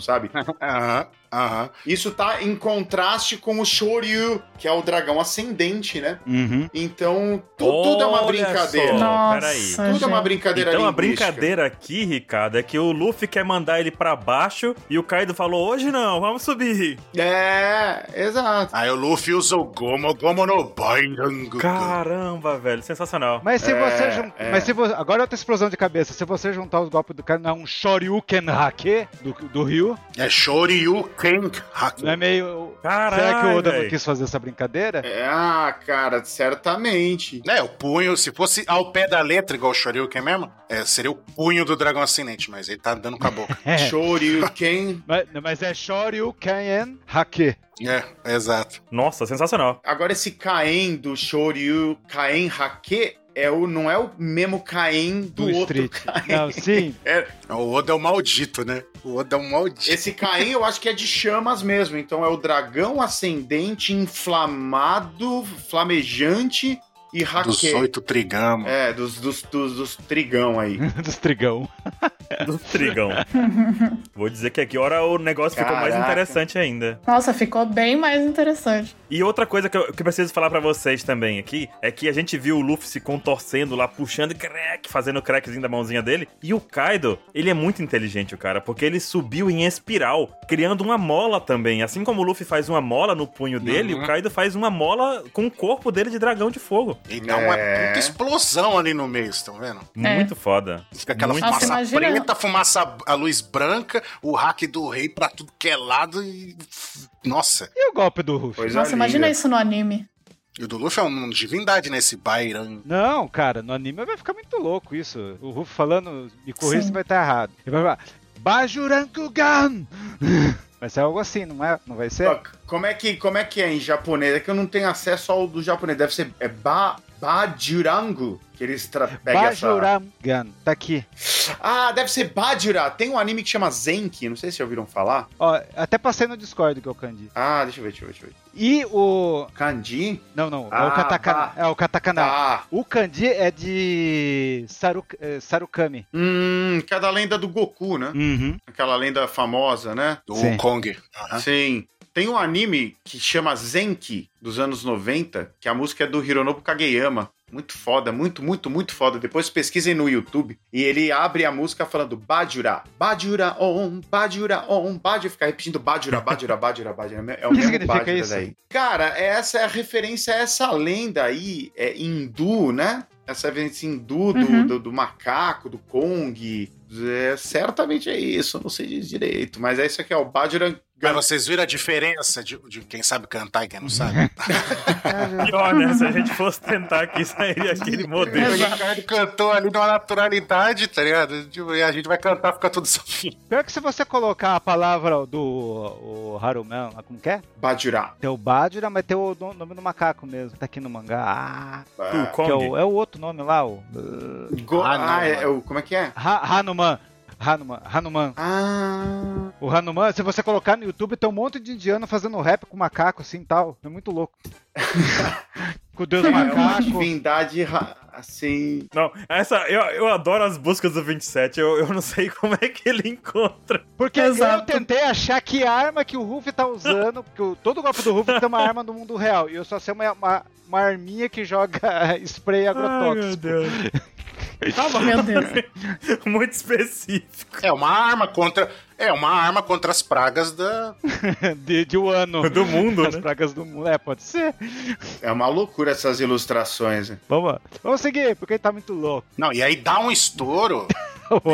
A: <laughs>
E: sabe?
D: Aham, aham.
E: Isso tá em contraste com o Shoryu, que é o dragão ascendente, né?
C: Uhum.
E: Então, tu- tudo é uma
A: Olha
E: brincadeira.
A: só.
B: Nossa,
A: peraí.
E: Tudo é uma
B: gente.
E: brincadeira
A: Então a
E: linguística.
A: brincadeira aqui, Ricardo, é que o Luffy quer mandar ele pra baixo e o Kaido falou: hoje não, vamos subir.
E: É, exato.
D: Aí o Luffy usa o Gomo, Gomo no Bairangu.
A: Caramba, velho, sensacional.
C: Mas se
E: É,
C: você jun-
E: é.
C: Mas se você. Agora outra explosão de cabeça. Se você juntar os golpes do cara, não é um Shoryuken Hake do, do Ryu.
D: É Shoryu Kenkaku.
C: Não é meio.
A: Caralho,
C: Será é que o Oda não
A: velho.
C: quis fazer essa brincadeira?
E: É, ah, cara, certamente.
D: É, o punho, se fosse ao pé da letra, igual o Shoryuken mesmo, é, seria o punho do dragão ascendente, mas ele tá dando com a
E: <laughs>
D: boca.
C: É.
E: Shoryuken.
C: Mas, mas é Shoryuken Hake.
D: é, exato.
A: Nossa, sensacional.
E: Agora esse Kaen do Shoryu, Kaen Hake, é o, não é o mesmo Kaen do,
C: Do,
E: outro.
C: Street. Não, sim. <laughs>
D: O Oda é o maldito, né? O Oda é um maldito.
E: Esse Caim eu acho que é de chamas mesmo. Então é o dragão ascendente, inflamado, flamejante e
D: Dos
E: raquete.
D: oito trigamos.
E: É, dos, dos, dos, dos trigão aí.
C: Dos trigão.
A: Do Trigão. Vou dizer que aqui, hora o negócio ficou mais
E: Caraca.
A: interessante ainda.
B: Nossa, ficou bem mais interessante.
A: E outra coisa que eu, que eu preciso falar pra vocês também aqui é que a gente viu o Luffy se contorcendo lá, puxando, crack, fazendo o crackzinho da mãozinha dele. E o Kaido, ele é muito inteligente, o cara, porque ele subiu em espiral, criando uma mola também. Assim como o Luffy faz uma mola no punho dele,
D: Uhum.
A: o Kaido faz uma mola com o corpo dele de dragão de fogo.
D: E dá uma
E: É.
D: puta explosão ali no meio, estão vendo?
B: É.
A: Muito foda.
D: Fica aquela
A: Muito.
D: fumaça
B: Nossa, imagina-
D: preta, fumaça a luz branca, o hack do rei pra tudo que é lado e. Nossa.
C: E o golpe do Ruff?
E: Coisa
B: Nossa, imagina
E: linda.
B: isso no anime.
D: E o do Luffy é uma divindade nesse Bairan.
C: Não, cara, no anime vai ficar muito louco isso. O Ruff falando, me corrija
B: Sim.
C: se vai estar errado. Ele vai falar, Bajurankugan! <laughs> Vai ser algo assim, não é? Não vai ser?
E: Ó, Como é, que, como é que é em japonês? É que eu não tenho acesso ao do japonês. Deve ser é ba, Bajurango que eles tra- pegam essa...
C: Bajurangan, tá aqui.
E: Ah, deve ser Bajura. Tem um anime que chama Zenki, não sei se já ouviram falar.
C: Ó, até passei no Discord que é o Kandi.
E: Ah, deixa eu ver, deixa eu ver, deixa eu ver.
C: E o.
E: Kanji?
C: Não, não, é
E: Ah,
C: o katakana.
E: tá.
C: É o katakana.
E: Tá.
C: O Kandi é de Saru, eh, Sarukami.
E: Hum, que é da lenda do Goku, né?
C: Uhum.
E: Aquela lenda famosa, né?
D: Do
C: Sim.
D: Kong. Aham.
E: Sim. Né? Tem um anime que chama Zenki, dos anos 90, que a música é do Hironobu Kageyama. Muito foda, muito, muito, muito foda. Depois pesquisem no YouTube. E ele abre a música falando Bajura, Bajura on, Bajura on, Bajura. Fica repetindo
C: <laughs>
E: Bajura, Bajura, Bajura, Bajura. É o
C: Que
E: mesmo
C: significa
E: Bajura
C: isso?
E: daí. Cara, essa é a referência a essa lenda aí, é hindu, né? Essa referência hindu do,
B: Uhum.
E: do, do macaco, do Kong. É, certamente é isso, eu não sei direito. Mas é isso aqui, é o Bajura
D: Mas vocês viram a diferença de, de quem sabe cantar e quem não <laughs> sabe?
A: Pior, né? Se a gente fosse tentar aqui, sairia aquele
D: o
A: modelo.
D: Ricardo cantou ali de uma naturalidade, tá ligado? Tipo, E a gente vai cantar, fica tudo sofinho.
C: Pior que se você colocar a palavra do o Haruman, lá, como que é?
E: Bajurá.
C: Tem o Bajira, mas tem o no- nome do macaco mesmo, tá aqui no mangá. Ah,
A: Tu,
C: que é
A: Kong.
C: o, é o outro nome lá, o...
E: Go-
D: Ah, não,
E: ah, é,
D: mano.
E: é o- como é que é?
C: Ha- Hanuman. Hanuman, Hanuman.
E: Ah,
C: O Hanuman, se você colocar no YouTube, tem um monte de indiano fazendo rap com macaco assim e tal. É muito louco. com o deus do
E: é uma
C: macaco.
E: divindade ra- assim.
A: Não, essa, eu, eu adoro as buscas do 27, eu, eu não sei como é que ele encontra.
C: Porque
B: Exato.
C: eu tentei achar que arma que o Ruff tá usando, porque o- todo golpe do Ruff tem uma arma no mundo real. E eu só sei uma, uma, uma arminha que joga <laughs> spray É agrotóxico.
A: Deus.
E: <laughs>
B: Meu Deus.
A: <laughs> Muito específico.
D: É uma arma contra. É uma arma contra as pragas da.
C: <laughs> de, de um ano.
A: Do mundo,
C: As
A: né?
C: pragas do mundo. É, pode ser.
E: É uma loucura essas ilustrações. né?
C: Vamos, lá. vamos seguir, porque ele tá muito louco. <laughs>
D: Não, e aí dá um estouro.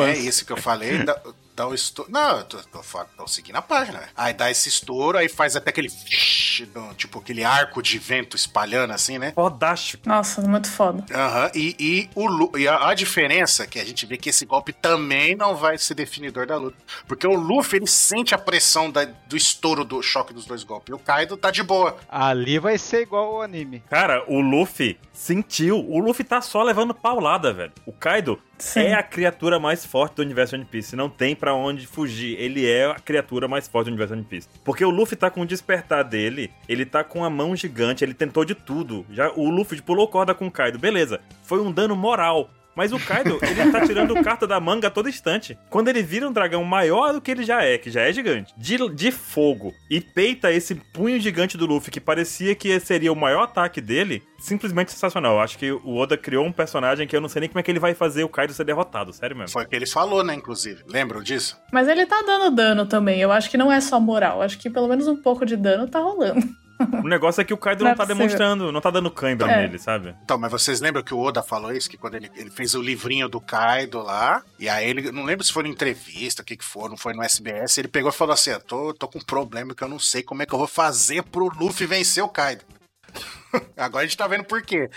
D: É isso que eu falei. Dá, dá um estouro. Não, eu tô, tô, fa- tô seguindo a página. né? Aí dá esse estouro, aí faz até aquele. fish, do- Tipo aquele arco de vento espalhando assim, né?
A: Fodástico.
B: Nossa, muito foda.
D: Aham, e, e, o, Lu- e a, a diferença é que a gente vê que esse golpe também não vai ser definidor da luta. Porque o Luffy, ele sente a pressão da- do estouro do choque dos dois golpes. E o Kaido tá de boa.
C: Ali vai ser igual o anime.
A: Cara, o Luffy sentiu. O Luffy tá só levando paulada, velho. O Kaido
B: Sim.
A: é a criatura mais forte do universo One Piece. Não tem pra onde fugir. Ele é a criatura mais forte do universo One Piece. Porque o Luffy tá com o despertar dele. Ele tá com a mão gigante. Ele tentou de tudo. Já O Luffy pulou corda com o Kaido. Beleza. Foi um dano moral. Mas o Kaido, ele tá tirando carta da manga a todo instante. Quando ele vira um dragão maior do que ele já é, que já é gigante, de, de fogo, e peita esse punho gigante do Luffy, que parecia que seria o maior ataque dele, simplesmente sensacional. Eu Acho que o Oda criou um personagem que eu não sei nem como é que ele vai fazer o Kaido ser derrotado, sério mesmo.
D: Foi o que ele falou, né, inclusive. Lembram disso?
B: Mas ele tá dando dano também. Eu acho que não é só moral. Acho que pelo menos um pouco de dano tá rolando. <laughs>
A: O negócio é que o Kaido
B: Não
A: não,
B: é
A: tá
B: possível.
A: demonstrando, não tá dando cãibra
B: É.
A: nele, sabe?
D: Então, mas vocês lembram que o Oda falou isso? Que quando ele, ele fez o livrinho do Kaido lá, e aí ele, não lembro se foi numa entrevista, o que que for, não foi no SBS, ele pegou e falou assim, eu tô, tô com um problema que eu não sei como é que eu vou fazer pro Luffy vencer o Kaido. <laughs> Agora a gente tá vendo por quê.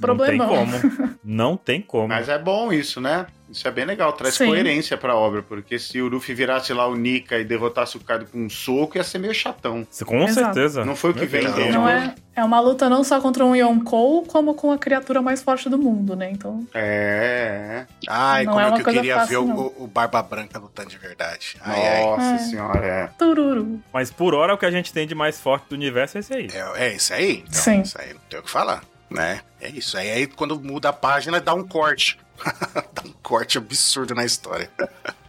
B: Problemão.
A: Não tem como. Não tem como.
E: Mas é bom isso, né? Isso é bem legal, traz
B: Sim.
E: coerência pra obra, porque se o Luffy virasse lá o Nika e derrotasse o Kaido com um soco, ia ser meio chatão.
A: Com
B: Exato.
A: certeza.
E: Não foi o que
A: Meu Deus.
E: vendeu.
B: Não é, é uma luta não só contra um Yonkou, como com a criatura mais forte do mundo, né? Então,
E: É,
D: Ai,
B: Não
D: como
B: é
D: é
B: uma
D: que eu
B: coisa
D: queria
B: fácil,
D: ver
B: não.
D: o, o Barba Branca lutando de verdade. Ai, ai.
E: é. Nossa
B: É.
E: senhora, é.
B: tururu.
A: Mas por hora, o que a gente tem de mais forte do universo é esse aí.
D: É, é isso aí? Então,
B: Sim.
D: Isso aí não tem o que falar, né? É isso. Aí, aí quando muda a página, dá um corte. <laughs> dá um corte absurdo na história.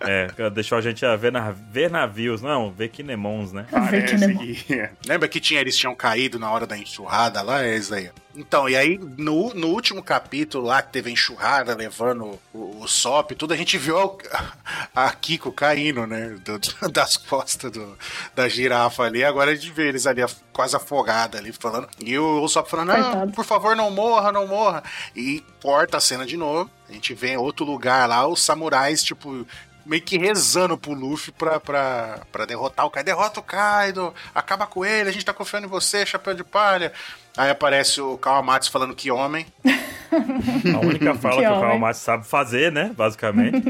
A: É, deixou a gente a ver, na- ver navios, não, ver kinemons, né?
B: Vê que
E: Parece
B: nem-
E: que...
D: Lembra que tinha, eles tinham caído na hora da enxurrada lá? É isso aí. Então, e aí no, no último capítulo lá, que teve a enxurrada levando o, o Sop e tudo, a gente viu a, a Kiko caindo, né? do- <laughs> das costas do- da girafa ali. Agora a gente vê eles ali af- quase afogada ali falando. E o, o Sop falando: não,
B: Coitado.
D: por favor, não morra, não morra. E corta a cena de novo. A gente vê em outro lugar lá, os samurais, tipo, meio que rezando pro Luffy pra, pra, pra derrotar o Kaido. Derrota o Kaido, acaba com ele, a gente tá confiando em você, chapéu de palha. Aí aparece o Kawamatsu falando que homem.
B: <laughs>
A: A única fala que,
B: Que
A: o
B: homem.
A: Kawamatsu sabe fazer, né?
B: <laughs>
A: Basicamente.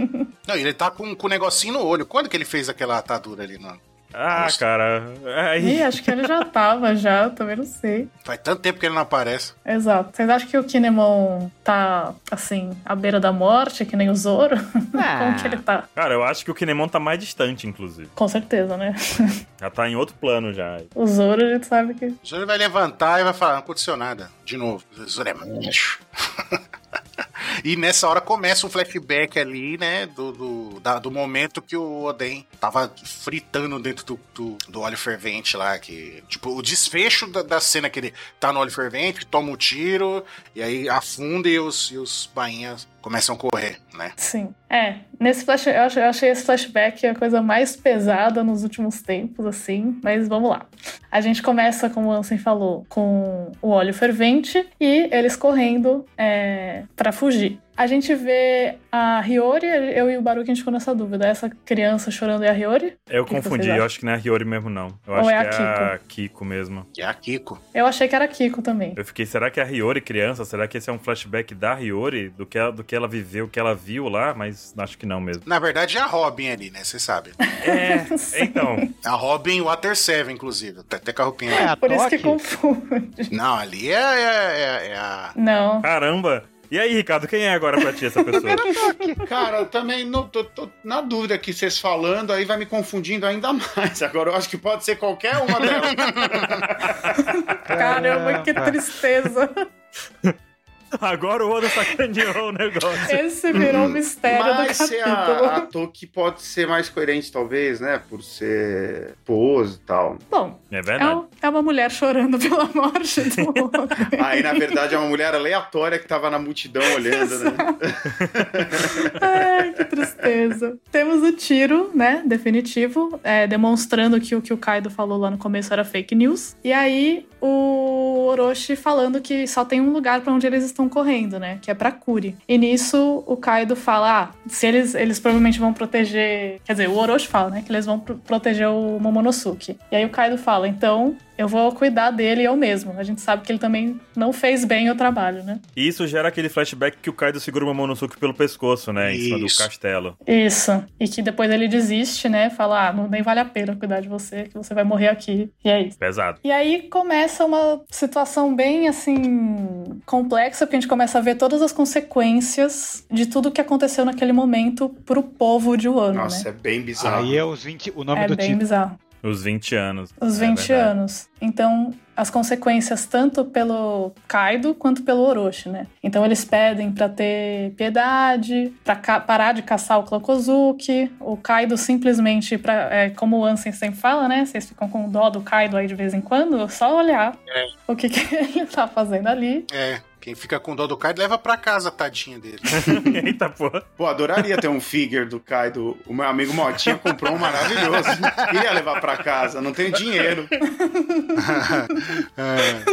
D: Não, e ele tá com, com um negocinho no olho. Quando que ele fez aquela atadura ali? Não?
A: Ah,
D: Nossa.
A: cara. é,
B: Ih,
A: Aí,
B: acho que ele já tava, já, eu também não sei.
D: Faz tanto tempo que ele não aparece.
B: Exato. Vocês acham que o Kinemon tá, assim, à beira da morte, que nem o Zoro? <laughs> Como que ele tá?
A: cara, eu acho que o Kinemon tá mais distante, inclusive.
B: Com certeza, né?
A: Já tá em outro plano já.
B: O Zoro, a gente sabe que.
D: O Zoro vai levantar e vai falar, não aconteceu nada. De novo. O Zoro é macho. <laughs> E nessa hora começa um flashback ali, né? Do, do, da- do momento que o Oden tava fritando dentro do, do, do óleo fervente lá. Que, tipo, o desfecho da, da cena que ele tá no óleo fervente, toma o tiro, e aí afunda e os, e os bainhas começam a correr, né?
B: Sim. É, nesse flash, eu ach- eu achei esse flashback a coisa mais pesada nos últimos tempos, assim, mas vamos lá. A gente começa, como o Ansem falou, com o óleo fervente e eles correndo é, para fugir. A gente vê a Hiyori, eu e o Baruch, a gente ficou nessa dúvida. Essa criança chorando é a Hiyori?
A: Eu
B: O que que
A: confundi,
B: vocês
A: eu
B: acham?
A: acho que não é a Hiyori mesmo, não. Eu
B: Ou
A: acho
B: é a
A: que é a Kiko mesmo.
D: Que é a Kiko.
B: Eu achei que era Kiko também.
A: Eu fiquei, será que é a Hiyori criança? Será que esse é um flashback da Hiyori? Do que ela, do que ela viveu, o que ela viu lá? Mas acho que não mesmo.
D: Na verdade é a Robin ali, né? Você sabe.
A: É, então.
D: A Robin Water 7, inclusive. Tá até com a roupinha.
C: É, a
B: Por isso que
C: Toque?
B: confunde.
D: Não, ali é, é, é- é a.
B: Não.
A: Caramba. E aí, Ricardo, quem é agora pra ti essa
B: <laughs>
A: pessoa?
E: Cara, eu também não, tô, tô na dúvida aqui, vocês falando, aí vai me confundindo ainda <laughs> mais. Agora eu acho que pode ser qualquer
D: <laughs>
E: uma delas.
B: Caramba, que tristeza.
A: Agora o Oda sacaneou o negócio.
B: Esse virou um mistério
E: Mas
B: do
E: ser a, a
B: capítulo.
E: Toki pode ser mais coerente, talvez, né? Por ser pose e tal.
B: Bom,
A: É
B: é,
A: verdade.
B: um- é uma mulher chorando <laughs> pela morte do homem.
E: Aí, na verdade, é uma mulher aleatória que tava na multidão olhando, né?
B: Ai, que tristeza. Temos o tiro, né? Definitivo, é, demonstrando que o que o Kaido falou lá no começo era fake news. E aí o Orochi falando que só tem um lugar pra onde eles estão correndo, né? Que é pra Kuri. E nisso o Kaido fala: ah, se eles, eles provavelmente vão proteger. Quer dizer, o Orochi fala, né? Que eles vão pro- proteger o Momonosuke. E aí o Kaido fala: então. Eu vou cuidar dele eu mesmo. A gente sabe que ele também não fez bem o trabalho, né?
A: E isso gera aquele flashback que o Kaido segura uma Momonosuke pelo pescoço, né? Em cima do
D: Isso.
A: castelo.
B: Isso. E que depois ele desiste, né? Fala, ah, não nem vale a pena cuidar de você, que você vai morrer aqui. E é isso.
A: Pesado.
B: E aí começa uma situação bem assim complexa, porque a gente começa a ver todas as consequências de tudo que aconteceu naquele momento pro povo de Wano, né?
E: Nossa, é bem bizarro.
C: Aí é os 20, o nome
B: É
C: do
B: bem <laughs>
C: título.
B: bizarro.
A: Os 20 anos.
B: Os
A: É
B: 20
A: verdade.
B: anos. Então, as consequências tanto pelo Kaido quanto pelo Orochi, né? Então, eles pedem pra ter piedade, pra ca- parar de caçar o Klokozuki. O Kaido simplesmente, pra, é, como o Ansem sempre fala, né? Vocês ficam com dó do Kaido aí de vez em quando, é só olhar
A: É.
B: o que, que <laughs> ele tá fazendo ali.
D: É. Quem fica com dó do Kaido leva pra casa, tadinha dele.
A: <laughs> Eita porra.
E: Pô, adoraria ter um figure do Kaido. O meu amigo Motinha comprou um maravilhoso. Queria levar pra casa, não tenho dinheiro.
D: É.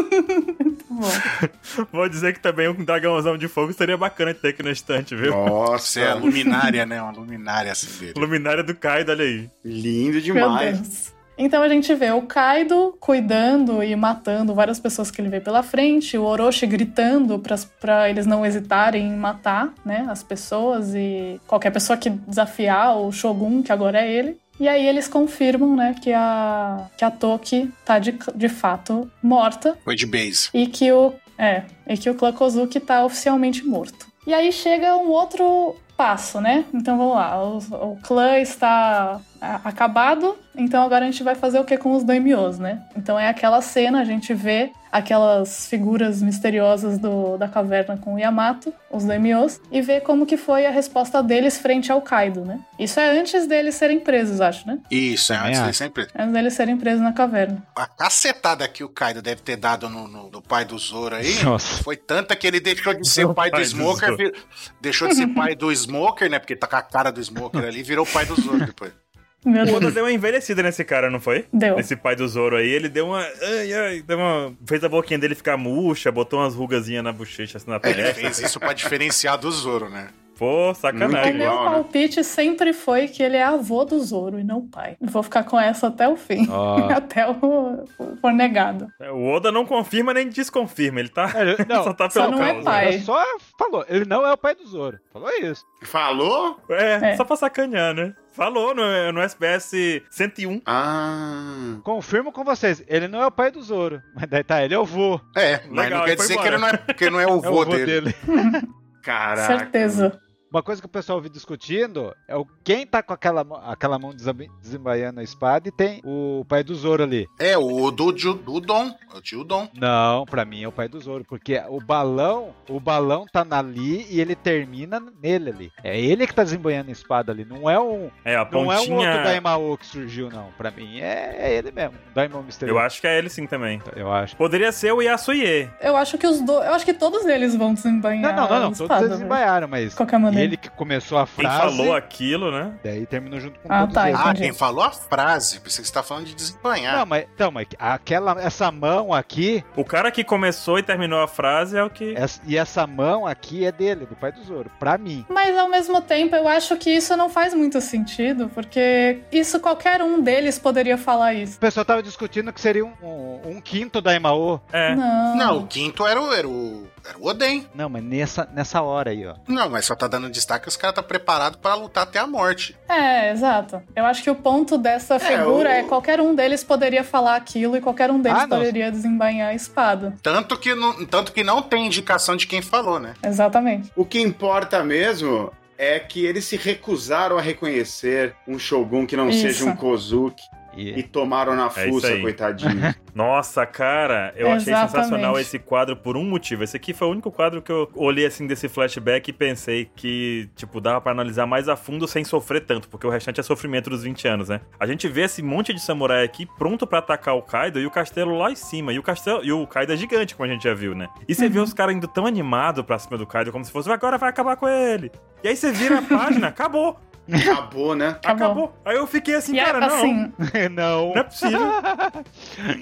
B: Bom,
A: Vou dizer que também um dragãozão de fogo seria bacana de ter aqui na estante, viu?
E: <laughs> Nossa,
D: Você é a luminária, né? Uma luminária assim dele.
A: Luminária do Kaido, olha aí.
E: lindo
B: meu
E: demais.
B: Deus. Então a gente vê o Kaido cuidando e matando várias pessoas que ele vê pela frente, o Orochi gritando pras- pra eles não hesitarem em matar, né, as pessoas e qualquer pessoa que desafiar o Shogun, que agora é ele. E aí eles confirmam, né, que a que a Toki tá de, de fato morta
D: Foi de base.
B: e que o é, e que o Klakozuki tá oficialmente morto. E aí chega um outro passo, né? Então vamos lá, o, o clã está a- acabado, então agora a gente vai fazer o que com os daimyos, né? Então é aquela cena, a gente vê aquelas figuras misteriosas do, da caverna com o Yamato, os daimyos, e vê como que foi a resposta deles frente ao Kaido, né? Isso é antes deles serem presos, acho, né?
D: Isso, é antes
C: É.
D: dele sempre.
B: Antes deles serem presos na caverna.
D: A cacetada que o Kaido deve ter dado no, no- no pai do Zoro aí.
C: Nossa.
D: Foi tanta que ele deixou de ser
A: O
D: o pai do
A: pai do
D: Smoker,
A: Zoro.
D: vir- deixou de ser pai do Smoker, né? Porque tá com a cara do Smoker ali, virou pai do Zoro <laughs> depois.
B: Meu
A: O Oda
B: Deus.
A: deu uma envelhecida nesse cara, não foi?
B: Deu.
A: Esse pai do Zoro aí, ele deu uma. Ai, ai, deu uma. Fez a boquinha dele ficar murcha, botou umas rugazinhas na bochecha, assim, na
B: É,
D: Ele
A: testa.
D: fez isso pra diferenciar do Zoro, né?
A: Pô,
C: É
B: O
A: sacanagem.
E: Muito
B: meu
E: Legal, né?
B: palpite sempre foi que ele é avô do Zoro e não pai. Vou ficar com essa até o fim.
C: Ó.
B: <laughs> até o o for negado.
A: É, O Oda não confirma nem desconfirma, ele tá.
C: É,
A: <laughs>
C: não,
A: só tá
B: só
A: pelo
B: não é
A: caos,
B: pai.
A: né?
C: Ela só falou, ele não é o pai do Zoro. Falou isso.
E: Falou?
A: É,
B: É.
A: só pra sacanear, né? Falou no, no SBS 101.
E: Ah.
C: Confirmo com vocês, ele não é o pai do Zoro. <laughs> Mas daí tá, ele eu vou.
D: É, mas
A: Legal,
D: não
A: ele
D: quer
A: foi
D: dizer que
A: embora.
D: ele não é, que não <laughs> é o
C: É o vô
D: vô dele.
C: dele.
E: Caraca.
B: Certeza.
C: Uma coisa que o pessoal vive discutindo é o quem tá com aquela, mão- aquela mão desem- desembaiando a espada e tem o pai do Zoro ali.
D: É, o do Judon. O Judon.
C: Não, pra mim é o pai do Zoro, porque o balão, o balão tá na ali e ele termina nele ali. É ele que tá desembanhando a espada ali, não é um,
A: É, a
C: não é um
A: pontinha.
C: outro Daimao que surgiu não. Pra mim é, é ele mesmo, Daimao
A: eu
C: misterioso.
A: acho que é ele sim também.
C: Eu acho.
A: Poderia ser o Yasuye.
B: Eu acho que os dois. Eu acho que todos eles vão
C: Não,
B: desembanhar.
C: não, não, não.
B: a
C: Todos
B: espada, né? é?
C: eles
B: velho.
C: desembaiaram, mas
B: De qualquer maneira.
C: ele que começou a
A: Quem
C: frase.
A: falou aquilo, né?
C: Daí terminou junto com
B: Ah,
C: todos
B: tá,
C: eles.
D: Ah,
B: entendi.
D: quem falou a frase, pensei que você tá falando de desempanhar.
C: Não, mas, então, mas aquela, essa mão aqui,
A: O cara que começou e terminou a frase é o que.
C: essa- e essa mão aqui é dele, do pai do Zoro, pra mim.
B: Mas ao mesmo tempo, eu acho que isso não faz muito sentido, porque isso qualquer um deles poderia falar isso.
C: O pessoal tava discutindo que seria um, um- um quinto da Emaô.
A: É.
B: Não.
D: Não, o quinto era o, era o, era o Oden.
C: Não, mas nessa, nessa hora aí, ó.
D: Não, mas só tá dando destaque os caras tá preparado pra lutar até a morte.
B: É, exato. Eu acho que o ponto dessa figura
E: o-
B: é qualquer um deles poderia falar aquilo e qualquer um deles
C: Ah, não.
B: poderia desembainhar a espada.
D: Tanto que não, tanto que não tem indicação de quem falou, né?
B: Exatamente.
E: O que importa mesmo é que eles se recusaram a reconhecer um Shogun que não
B: Isso.
E: seja um Kozuki e
C: E,
E: tomaram na
A: É isso
E: fuça,
A: aí.
E: coitadinho.
A: Nossa, cara, eu achei
B: Exatamente.
A: sensacional esse quadro por um motivo. Esse aqui foi o único quadro que eu olhei assim desse flashback e pensei que, tipo, dava pra analisar mais a fundo sem sofrer tanto, porque o restante é sofrimento dos 20 anos, né? A gente vê esse monte de samurai aqui pronto pra atacar o Kaido e o castelo lá em cima. E o castelo e o Kaido é gigante, como a gente já viu, né? E
B: Uhum.
A: você vê os caras indo tão animado pra cima do Kaido como se fosse agora vai acabar com ele. E aí você vira a página, <laughs> acabou,
E: Acabou, né?
B: Acabou.
A: acabou, Aí eu fiquei assim,
B: e
A: cara, não,
B: assim,
C: <laughs> não.
A: não é possível.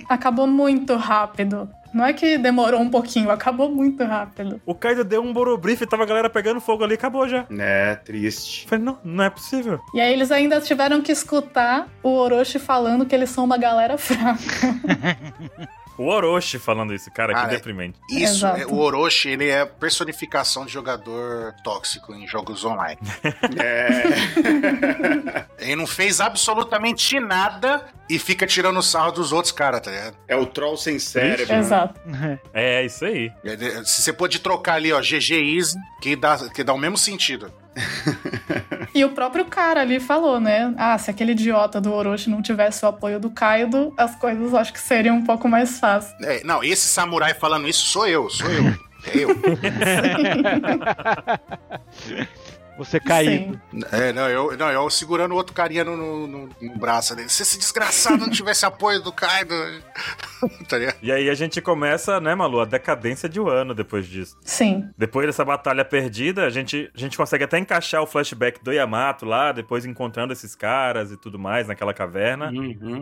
B: acabou muito rápido. Não é que demorou um pouquinho, acabou muito rápido.
A: O Kaido deu um borobrife, tava a galera pegando fogo ali, acabou já.
E: É, triste.
A: Eu Falei, não, não é possível.
B: E aí eles ainda tiveram que escutar o Orochi falando que eles são uma galera fraca.
A: O Orochi falando isso, cara,
D: Cara,
A: que deprimente.
D: Isso,
B: Exato.
D: é- o Orochi, ele é a personificação de jogador tóxico em jogos online.
E: É.
D: Ele não fez absolutamente nada e fica tirando sarro dos outros caras, tá ligado?
E: É o troll sem cérebro. né?
B: Exato.
A: É, isso aí.
D: Ele- Se você pode trocar ali, ó, GG Easy, que dá, que dá o mesmo sentido.
B: E o próprio cara ali falou, né? Ah, se aquele idiota do Orochi não tivesse o apoio do Kaido, as coisas acho que seriam um pouco mais
D: <laughs>
B: fáceis.
D: É, não, esse samurai falando isso sou eu, sou eu. É eu.
C: Você caiu.
B: Sim.
D: É, não, eu, não, eu segurando o outro carinha no, no- no- no braço dele. Se esse desgraçado não tivesse apoio do Kaido. <laughs> tá ligado?
A: E aí a gente começa, né, Malu, a decadência de um ano depois disso.
B: Sim.
A: Depois dessa batalha perdida, a gente, a gente consegue até encaixar o flashback do Yamato lá, depois encontrando esses caras e tudo mais naquela caverna.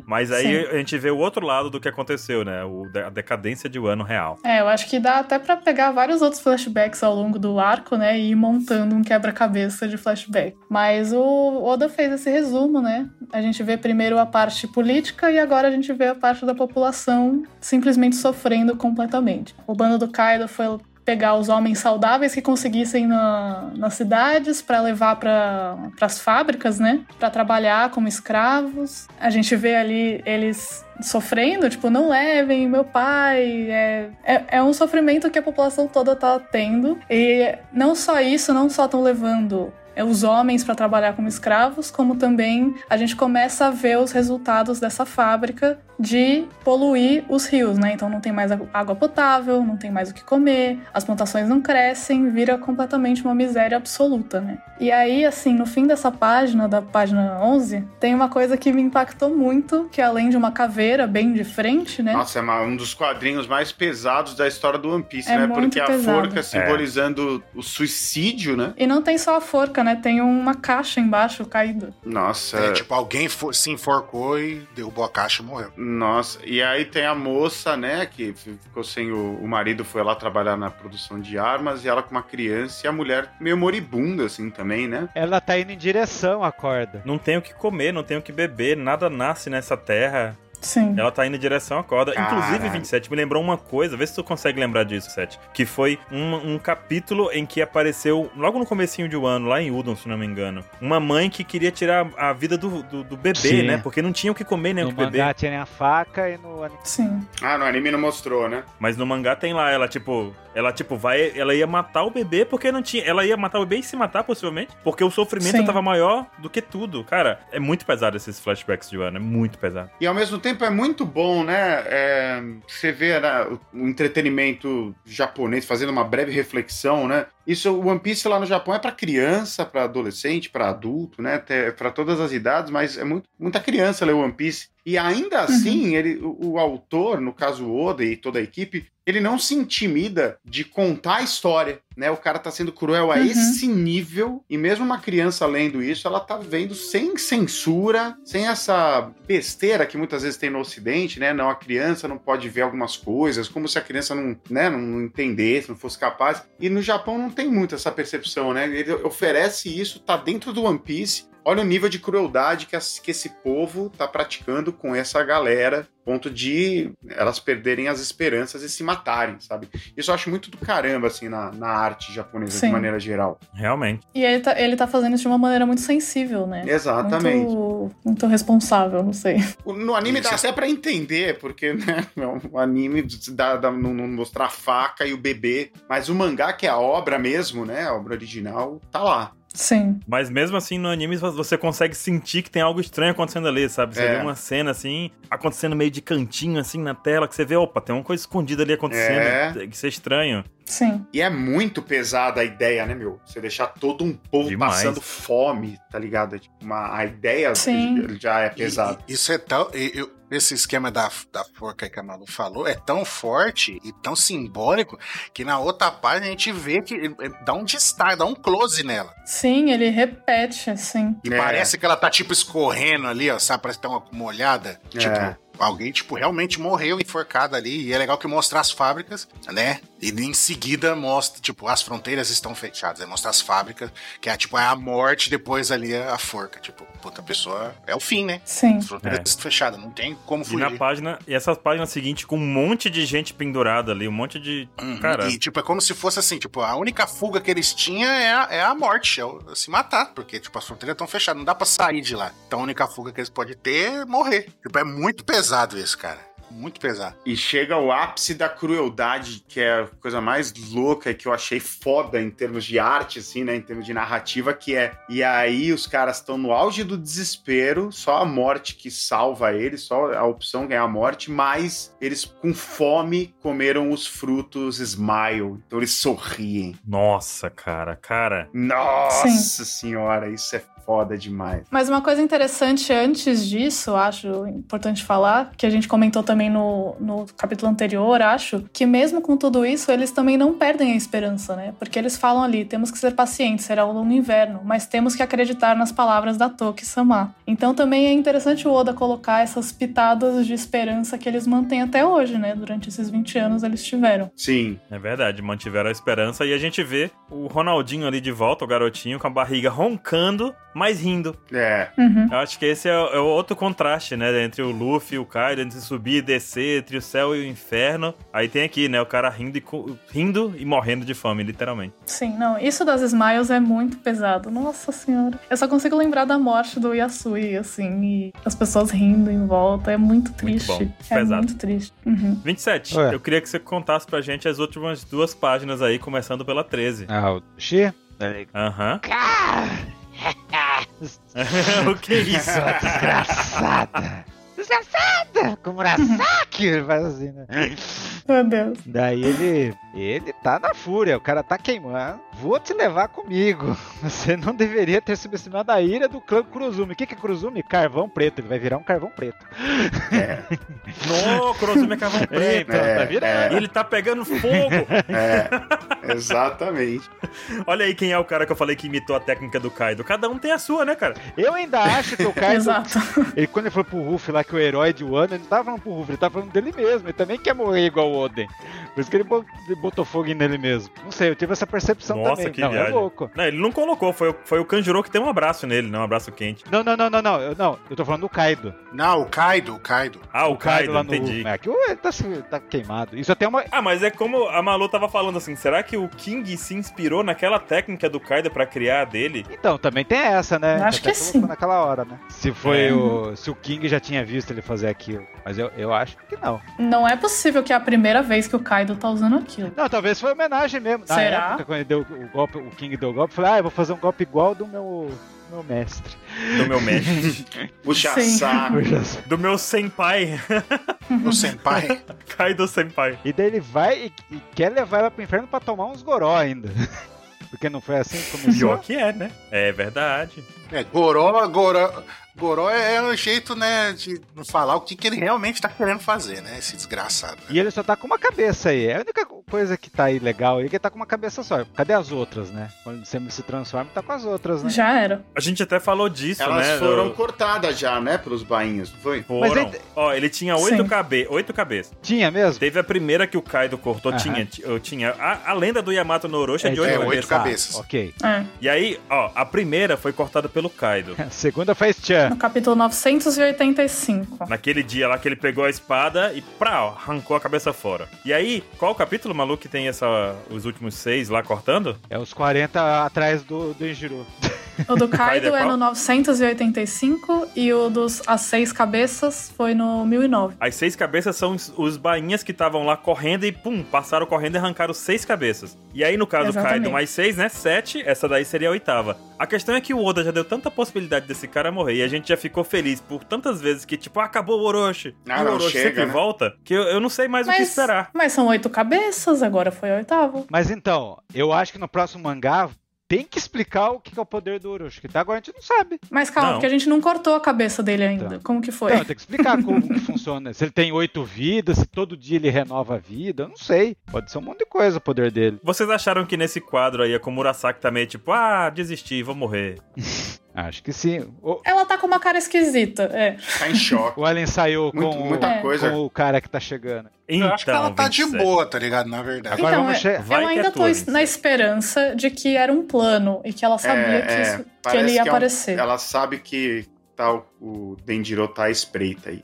A: Mas aí a gente vê o outro lado do que aconteceu, né? O, da- a decadência de um ano real.
B: É, eu acho que dá até pra pegar vários outros flashbacks ao longo do arco, né? E ir montando um quebra-cabeça de flashback. Mas o Oda fez esse resumo, né? A gente vê primeiro a parte política e agora a gente vê a parte da população simplesmente sofrendo completamente. O bando do Kaido foi pegar os homens saudáveis que conseguissem na, nas cidades para levar para as fábricas, né? Para trabalhar como escravos. A gente vê ali eles sofrendo, tipo, não levem meu pai. É, é, é um sofrimento que a população toda tá tendo. E não só isso, não só estão levando é, os homens para trabalhar como escravos, como também a gente começa a ver os resultados dessa fábrica de poluir os rios, né? Então não tem mais agu- água potável, não tem mais o que comer, as plantações não crescem, vira completamente uma miséria absoluta, né? E aí, assim, no fim dessa página, da página 11, tem uma coisa que me impactou muito, que é além de uma caveira bem de frente, né?
E: Nossa, é uma- um dos quadrinhos mais pesados da história do One Piece,
B: É
E: né?
B: muito
E: Porque a
B: pesado. É.
E: forca simbolizando o suicídio, né?
B: E não tem só a forca, né? Tem uma caixa embaixo caída.
E: Nossa.
D: É, tipo, alguém fo- se enforcou e derrubou a caixa e morreu.
E: Nossa, e aí tem a moça, né, que fi- ficou sem o, o marido, foi lá trabalhar na produção de armas, e ela com uma criança, e a mulher meio moribunda, assim, também, né?
C: Ela tá indo em direção à corda.
A: Não tem o que comer, não tem o que beber, nada nasce nessa terra.
B: Sim.
E: É.
A: Ela tá indo em direção à corda.
E: Caralho.
A: Inclusive, 27, me lembrou uma coisa, vê se tu consegue lembrar disso, Sete. Que foi um, um capítulo em que apareceu, logo no comecinho de um ano, lá em Udon, se não me engano, uma mãe que queria tirar a vida do, do, do bebê,
C: Sim.
A: né? Porque não tinha o que comer nem o
C: No
A: que beber.
C: mangá tinha a faca e no anime.
B: Sim.
E: Ah, no anime não mostrou, né?
A: Mas no mangá tem lá, ela tipo, ela tipo vai, ela ia matar o bebê porque não tinha, ela ia matar o bebê e se matar possivelmente, porque o sofrimento
B: Sim.
A: tava maior do que tudo. Cara, é muito pesado esses flashbacks de ano, é muito pesado.
E: E ao mesmo tempo é muito bom, né? é, você vê né, o, o entretenimento japonês fazendo uma breve reflexão, né? Isso, o One Piece lá no Japão é pra criança, pra adolescente, pra adulto, né? Até, pra todas as idades, mas é muito, muita criança ler o One Piece. E ainda assim, ele, o, o autor, no caso o Oda e toda a equipe, ele não se intimida de contar a história. né? O cara tá sendo cruel a
B: Uhum.
E: esse nível. E mesmo uma criança lendo isso, ela tá vendo sem censura, sem essa besteira que muitas vezes tem no Ocidente, né? Não, a criança não pode ver algumas coisas, como se a criança não, né, não entendesse, não fosse capaz. E no Japão não tem muito essa percepção, né? Ele oferece isso, tá dentro do One Piece. Olha o nível de crueldade que, as- que esse povo tá praticando com essa galera, ponto de elas perderem as esperanças e se matarem, sabe? Isso eu acho muito do caramba, assim, na, na arte japonesa,
B: Sim.
E: de maneira geral.
A: Realmente.
B: E ele tá, ele tá fazendo isso de uma maneira muito sensível, né?
E: Exatamente.
B: Muito, muito responsável, não sei.
E: O- No anime dá
D: Isso.
E: até pra entender, porque, <laughs> né, o anime dá, dá- não, não mostrar a faca e o bebê, mas o mangá, que é a obra mesmo, né, a obra original, tá lá.
B: Sim.
A: Mas mesmo assim, no anime você consegue sentir que tem algo estranho acontecendo ali, sabe? Você
E: É.
A: vê uma cena assim, acontecendo meio de cantinho, assim, na tela, que você vê, opa, tem uma coisa escondida ali acontecendo. que Isso é estranho.
B: Sim.
E: E é muito pesada a ideia, né, meu? Você deixar todo um povo
A: Demais.
E: passando fome, tá ligado? É tipo uma, a ideia
B: Sim.
E: já é pesada.
D: E- Isso é tão. e- eu- esse esquema da, da forca que a Malu falou é tão forte e tão simbólico que na outra página a gente vê que ele- ele dá um destaque, dá um close nela.
B: Sim, ele repete, assim.
D: E
E: É.
D: parece que ela tá tipo escorrendo ali, ó, sabe? Parece que tá uma molhada.
E: É.
D: Tipo. Alguém, tipo, realmente morreu enforcado ali. E é legal que mostra as fábricas, né? E em seguida mostra, tipo, as fronteiras estão fechadas. Aí mostra as fábricas, que é, tipo, é a morte, depois ali é a forca. Tipo, puta, a pessoa... É o fim, né?
B: Sim.
D: As fronteiras
A: É.
D: estão fechadas, não tem como
A: E
D: fugir.
A: na página, e essa página seguinte, com um monte de gente pendurada ali, um monte de.
D: Uhum,
A: Cara.
D: E, tipo, é como se fosse assim, tipo, a única fuga que eles tinham é a, é a morte, é o- se matar, porque, tipo, as fronteiras estão fechadas, não dá pra sair de lá. Então a única fuga que eles podem ter é morrer. Tipo, é muito pesado isso, cara. Muito pesado.
E: E chega ao ápice da crueldade, que é a coisa mais louca e que eu achei foda em termos de arte, assim, né? Em termos de narrativa, que é. E aí os caras estão no auge do desespero, só a morte que salva eles, só a opção que é a morte, mas eles com fome comeram os frutos Smile. Então eles sorriem.
A: Nossa, cara, cara.
E: Nossa senhora, isso é foda demais.
B: Mas uma coisa interessante antes disso, acho importante falar, que a gente comentou também no, no capítulo anterior, acho, que mesmo com tudo isso, eles também não perdem a esperança, né? Porque eles falam ali, temos que ser pacientes, será um longo inverno, mas temos que acreditar nas palavras da Toki Sama. Então também é interessante o Oda colocar essas pitadas de esperança que eles mantêm até hoje, né? Durante esses 20 anos eles tiveram.
E: Sim.
A: É verdade, mantiveram a esperança e a gente vê o Ronaldinho ali de volta, o garotinho, com a barriga roncando, mas rindo.
E: É. <laughs>
B: Uhum.
A: Eu acho que esse é, é o outro contraste, né? Entre o Luffy e o Kaido, entre subir e descer, entre o céu e o inferno. Aí tem aqui, né? O cara rindo e, co- rindo e morrendo de fome, literalmente.
B: Sim, não, isso das Smiles é muito pesado. Nossa senhora. Eu só consigo lembrar da morte do Yasui, assim, e as pessoas rindo em volta. É muito triste.
A: bom.
B: É
A: Pesado.
B: muito triste. Uhum.
A: 27,
C: Ué.
A: eu queria que você contasse pra gente as últimas duas páginas aí, começando pela 13.
C: Ah, o Xi?
A: Aham.
C: Ah!
A: <laughs> o que é isso?
C: Sua
A: <laughs>
C: desgraçada! Desgraçada!
B: <laughs>
C: Com Murasaki! Ele faz assim, né?
B: Meu Deus.
C: Daí ele. Ele tá na fúria, o cara tá queimando. Vou te levar comigo. <laughs> Você não deveria ter subestimado a ira do clã Kuruzumi. O que, que é Kuruzumi? Carvão preto, ele vai virar um carvão preto.
A: no, Kurozumi é carvão preto.
C: Eita,
E: É,
C: tá virando.
A: E ele tá pegando fogo.
E: É, exatamente.
A: Olha aí quem é o cara que eu falei que imitou a técnica do Kaido. Cada um tem a sua, né, cara?
C: Eu ainda acho que o Kaido.
B: Exato.
C: ele, quando ele falou pro Ruff lá que o herói de Wano, ele não tava falando pro Ruff, ele tava falando dele mesmo. Ele também quer morrer igual o Oden. Por isso que ele bo- ele botou fogo nele mesmo. Não sei, eu tive essa percepção
A: Nossa,
C: também.
A: que
C: não, é
A: viagem.
C: louco.
A: Não, ele não colocou. Foi, o- foi o Kanjuro que deu um abraço nele, né? Um abraço quente.
C: Não, não, não, não, não. Eu, não, eu tô falando do Kaido.
D: Não, o Kaido, o Kaido.
A: Ah, o, Kaido,
C: lá no
A: entendi.
C: Ruff. É, que o- ele tá, se- tá queimado. Isso até é uma.
A: Ah, mas é como a Malu tava falando assim, será que o King se inspirou naquela técnica do Kaido pra criar a dele?
C: Então, também tem essa, né?
B: Acho
C: Até
B: que é sim.
C: colocou Naquela hora, né? Se foi
A: É.
C: o. Se o King já tinha visto ele fazer aquilo. Mas eu, eu acho que não.
B: Não é possível que é a primeira vez que o Kaido tá usando aquilo.
C: Não, talvez foi homenagem mesmo. Na
B: Será?
C: época, quando ele deu o golpe, o King deu o golpe, eu falei, ah, eu vou fazer um golpe igual do meu, meu mestre.
A: Do meu mestre.
E: Puxa
B: Sim.
E: saco.
A: do meu senpai. <laughs>
B: Uhum.
D: O Senpai.
A: Kaido senpai.
C: E daí ele vai e, e quer levar ela pro inferno pra tomar uns goró ainda. <laughs> Porque não foi assim que
A: Pior
C: começou.
A: que é, né? É verdade.
D: é, Goró, Goró. Goró é um jeito, né, de não falar o que, que ele realmente tá querendo fazer, né? Esse desgraçado.
C: E ele só tá com uma cabeça aí. É a única coisa que tá aí legal aí é que ele tá com uma cabeça só. Cadê as outras, né? Quando você se transforma, tá com as outras, né?
B: Já era.
A: A gente até falou disso,
E: Elas
A: né?
E: foram
A: do-
E: cortadas já, né, pelos bainhas, não foi?
C: Mas
A: Foram.
C: ele-
A: Ó, ele tinha oito,
B: Sim.
A: cabe... oito cabeças.
C: Tinha mesmo?
A: Teve a primeira que o Kaido cortou,
C: Aham.
A: tinha, ti- eu tinha a, a lenda do Yamato no Orochi é de
C: É,
A: oito
D: é,
A: cabeças.
D: oito cabeças.
C: Ok.
B: É.
A: E aí, ó, a primeira foi cortada pelo Kaido.
C: A <laughs> segunda faz Tchan.
B: No capítulo 985.
A: Naquele dia lá que ele pegou a espada e prá, ó, arrancou a cabeça fora. E aí, qual o capítulo, maluco, que tem essa, os últimos seis lá cortando?
C: É os 40 atrás do, do Injiru.
A: <laughs>
B: O do
A: Kaido é
B: Kaido é
A: qual?
B: no 985 e o dos As Seis Cabeças foi no 1009.
A: As seis cabeças são os- os bainhas que estavam lá correndo e pum, passaram correndo e arrancaram seis cabeças. E aí, no caso do
B: Exatamente.
A: Kaido, mais seis, né? Sete, essa daí seria a oitava. A questão é que o Oda já deu tanta possibilidade desse cara morrer e a gente já ficou feliz por tantas vezes que, tipo, ah, acabou o Orochi.
E: Ah,
A: e o
E: não,
A: Orochi
E: chega,
A: sempre
E: né?
A: volta, que eu, eu não sei mais o que esperar.
B: mas são oito cabeças, agora foi a oitava.
C: Mas então, eu acho que no próximo mangá tem que explicar o que que é o poder do Orochi, que tá agora a gente não sabe.
B: Mas calma,
A: Não. Tá.
B: porque a gente não cortou a cabeça dele ainda. Como que foi?
C: Não, tem que explicar como que <laughs> funciona. Se ele tem oito vidas, se todo dia ele renova a vida, eu não sei. Pode ser um monte de coisa o poder dele.
A: Vocês acharam que nesse quadro aí a Komurasaki tá meio tipo, ah, desisti, vou morrer.
C: Acho que sim. O,
B: Ela tá com uma cara esquisita, é.
E: Tá em choque.
C: o Alien saiu com,
E: Muito-
C: o-
E: muita
B: É.
E: coisa.
C: com o cara que tá chegando.
A: Então,
D: eu acho que ela tá de
A: 27.
D: boa, tá ligado? Na verdade.
C: Agora
B: então,
C: vamos
B: é-
C: che-
A: Vai que
B: eu ainda
A: é
B: tô
A: tua,
B: es-
A: Alice.
B: na esperança de que era um plano e que ela sabia
E: É,
B: que,
E: é.
B: isso- <laughs> que
E: Parece
B: ele ia
E: que é um-
B: aparecer.
E: Ela sabe que tá, o- o Denjiro tá à espreita aí.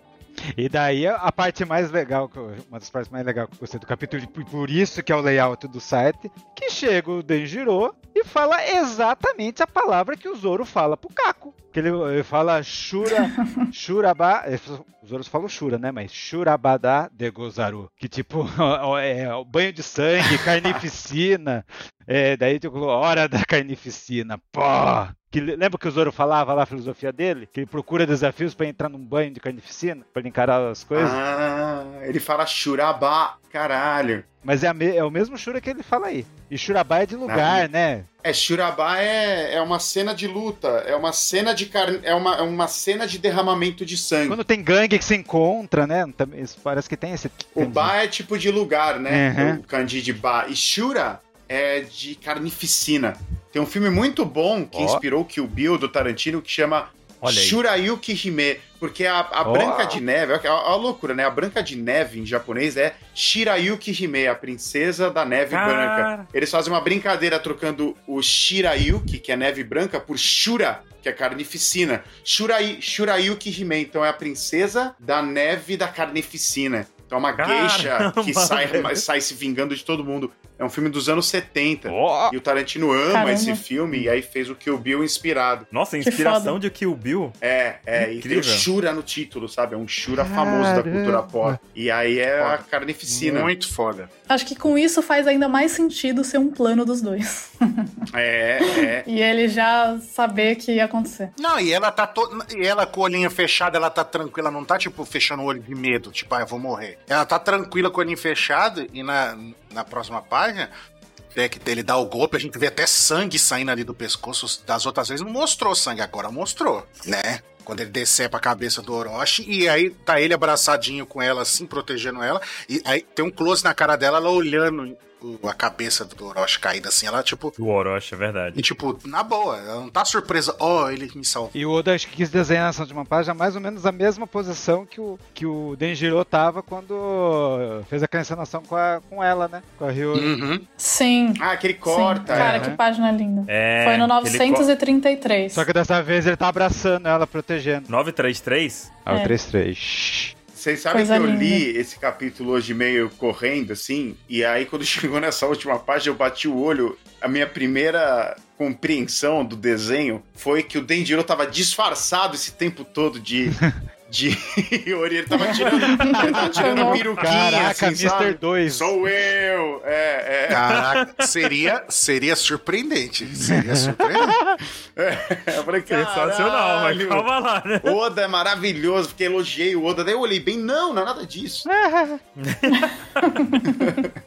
C: E daí a parte mais legal, que eu- uma das partes mais legais que eu gostei do capítulo, e por isso que é o layout do site, que chega o Denjiro e fala exatamente a palavra que o Zoro fala pro Kako. Que ele, ele fala Shura, Shuraba, ele fala- os Zoros falam Shura, né? Mas Shurabada de Gozaru, que tipo, <laughs> é o banho de sangue, carnificina, é, daí tu colocou Hora da Carnificina. Pô! Que, lembra que o Zoro falava lá a filosofia dele? Que ele procura desafios pra entrar num banho de carnificina, pra ele encarar as coisas.
E: Ah, ele fala churabá, caralho.
C: Mas é, a me- é o mesmo Shura que ele fala aí. E Shurabá é de lugar, né?
E: É, Shurabá é, é uma cena de luta, é uma cena de carne, é uma, é uma cena de derramamento de sangue.
C: Quando tem gangue que se encontra, né? Também- isso parece que tem esse.
E: O Ba é tipo de lugar, né?
C: Uhum.
E: O kanji de Ba. E Shura é de carnificina. Tem um filme muito bom que
C: Ó.
E: inspirou o Kill Bill do Tarantino que chama
C: Olha aí.
E: Shurayuki Hime. Porque a, a
C: Ó.
E: Branca de Neve, olha a loucura, né? A Branca de Neve em japonês é Shirayuki Hime, a princesa da neve
C: Ah,
E: branca.
A: Cara,
E: Eles fazem uma brincadeira trocando o Shirayuki, que é neve branca, por Shura, que é carnificina. Shurai, Shurayuki Hime, então é a princesa da neve da carnificina. Então é uma geisha
A: Caramba,
E: que sai,
A: velho.
E: sai se vingando de todo mundo. É um filme dos anos 70.
C: Ó!
E: E o Tarantino ama
B: Caramba.
E: esse filme e aí fez o Kill Bill inspirado.
A: nossa,
B: Que
A: inspiração
B: foda.
A: de Kill Bill.
E: É, é, e tem
A: Incrível.
E: o Shura no título, sabe? É um Shura famoso da cultura pop. E aí é a
A: né?
E: carnificina.
D: Muito foda.
B: Acho que com isso faz ainda mais sentido ser um plano dos dois. <laughs>
E: É, é.
B: e ele já saber que ia acontecer.
D: Não, e ela tá toda. E ela com o olhinho fechado, ela tá tranquila, não tá tipo fechando o olho de medo, tipo, ah, eu vou morrer. Ela tá tranquila com o olhinho fechado e na, na próxima página. É que ele dá o golpe, a gente vê até sangue saindo ali do pescoço. Das outras vezes não mostrou sangue, agora mostrou, né? Quando ele decepa a cabeça do Orochi, e aí tá ele abraçadinho com ela, assim, protegendo ela. E aí tem um close na cara dela, ela olhando o- a cabeça do Orochi caída assim. Ela, tipo,
A: O Orochi, é verdade.
D: E, tipo, na boa, ela não tá surpresa. Ó, ele me salvou.
C: E o Oda acho que quis desenhar essa de uma página mais ou menos a mesma posição que o, que o Denjiro tava quando fez a cancelação com, a- com ela, né? Com a Ryori.
D: Uhum.
B: Sim.
E: Ah, que ele
B: sim.
E: corta.
B: Cara,
E: é.
B: que página linda.
A: É,
B: foi no
A: aquele co-
B: 933. <laughs>
C: Só que dessa vez ele tá abraçando ela, protegendo.
A: 933?
C: Ah, o
B: É.
C: 3-3.
E: Vocês sabem
B: Coisa
E: que eu
B: linda.
E: li esse capítulo hoje meio correndo, assim, e aí quando <laughs> chegou nessa última página, eu bati o olho. A minha primeira compreensão do desenho foi que o Denjiro tava disfarçado esse tempo
B: <laughs>
E: todo de. de Ori. Ele tava tirando. Ele tava tirando peruquinha,
C: Caraca,
E: assim,
C: Mr.
E: sabe?
C: 2.
E: Sou eu! É,
B: <laughs>
E: é.
D: Caraca, seria, seria surpreendente. Seria surpreendente.
E: Eu falei,
A: Sensacional, mas
E: "Caralho,
A: calma lá, né?
E: o Oda é maravilhoso,
B: É.
E: porque elogiei o Oda. Daí eu olhei bem, não, não é nada disso.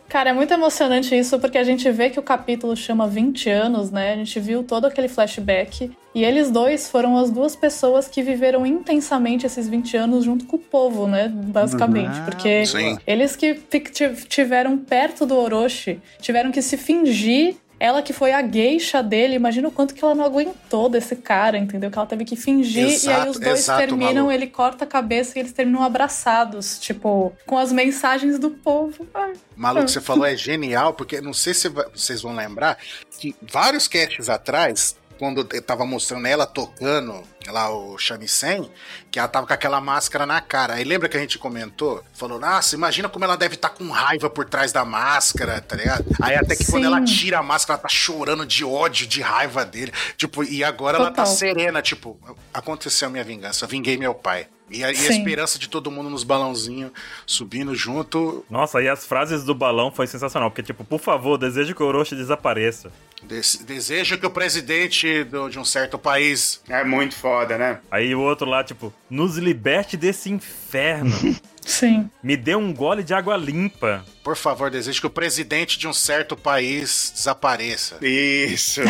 B: Cara, é muito emocionante isso, porque a gente vê que o capítulo chama 20 anos, né? A gente viu todo aquele flashback. E eles dois foram as duas pessoas que viveram intensamente esses 20 anos junto com o povo, né? Basicamente.
C: Ah,
B: porque
D: sim.
B: eles que fi- ti- tiveram perto do Orochi, tiveram que se fingir. Ela que foi a geisha dele, imagina o quanto que ela não aguentou desse cara, entendeu? Que ela teve que fingir e aí
D: Exato,
B: os dois
D: exato,
B: terminam,
D: Malu.
B: ele corta a cabeça e eles terminam abraçados, tipo, com as mensagens do povo. Ai, Hum.
D: Maluco, você falou é genial, porque não sei se va- vocês vão lembrar que vários casts atrás, quando eu tava mostrando ela tocando lá o Shamisen, que ela tava com aquela máscara na cara. Aí lembra que a gente comentou? Falou, nossa, imagina como ela deve estar com raiva por trás da máscara, tá ligado? Aí até que quando
B: Sim.
D: ela tira a máscara, ela tá chorando de ódio, de raiva dele. Tipo, e agora ela tá
B: Total.
D: serena, tipo, aconteceu a minha vingança, eu vinguei meu pai. E a, e a
B: Sim.
D: esperança de todo mundo nos balãozinhos subindo junto,
A: Nossa, e as frases do balão foi sensacional, porque, tipo, por favor, desejo que o Orochi desapareça.
D: Des- desejo que o presidente do- de um certo país.
E: É muito foda, né?
A: Aí o outro lá, tipo, nos liberte desse <laughs> inferno.
B: Sim.
A: Me dê um gole de água limpa.
D: Por favor, desejo que o presidente de um certo país desapareça.
B: <laughs>
E: Isso.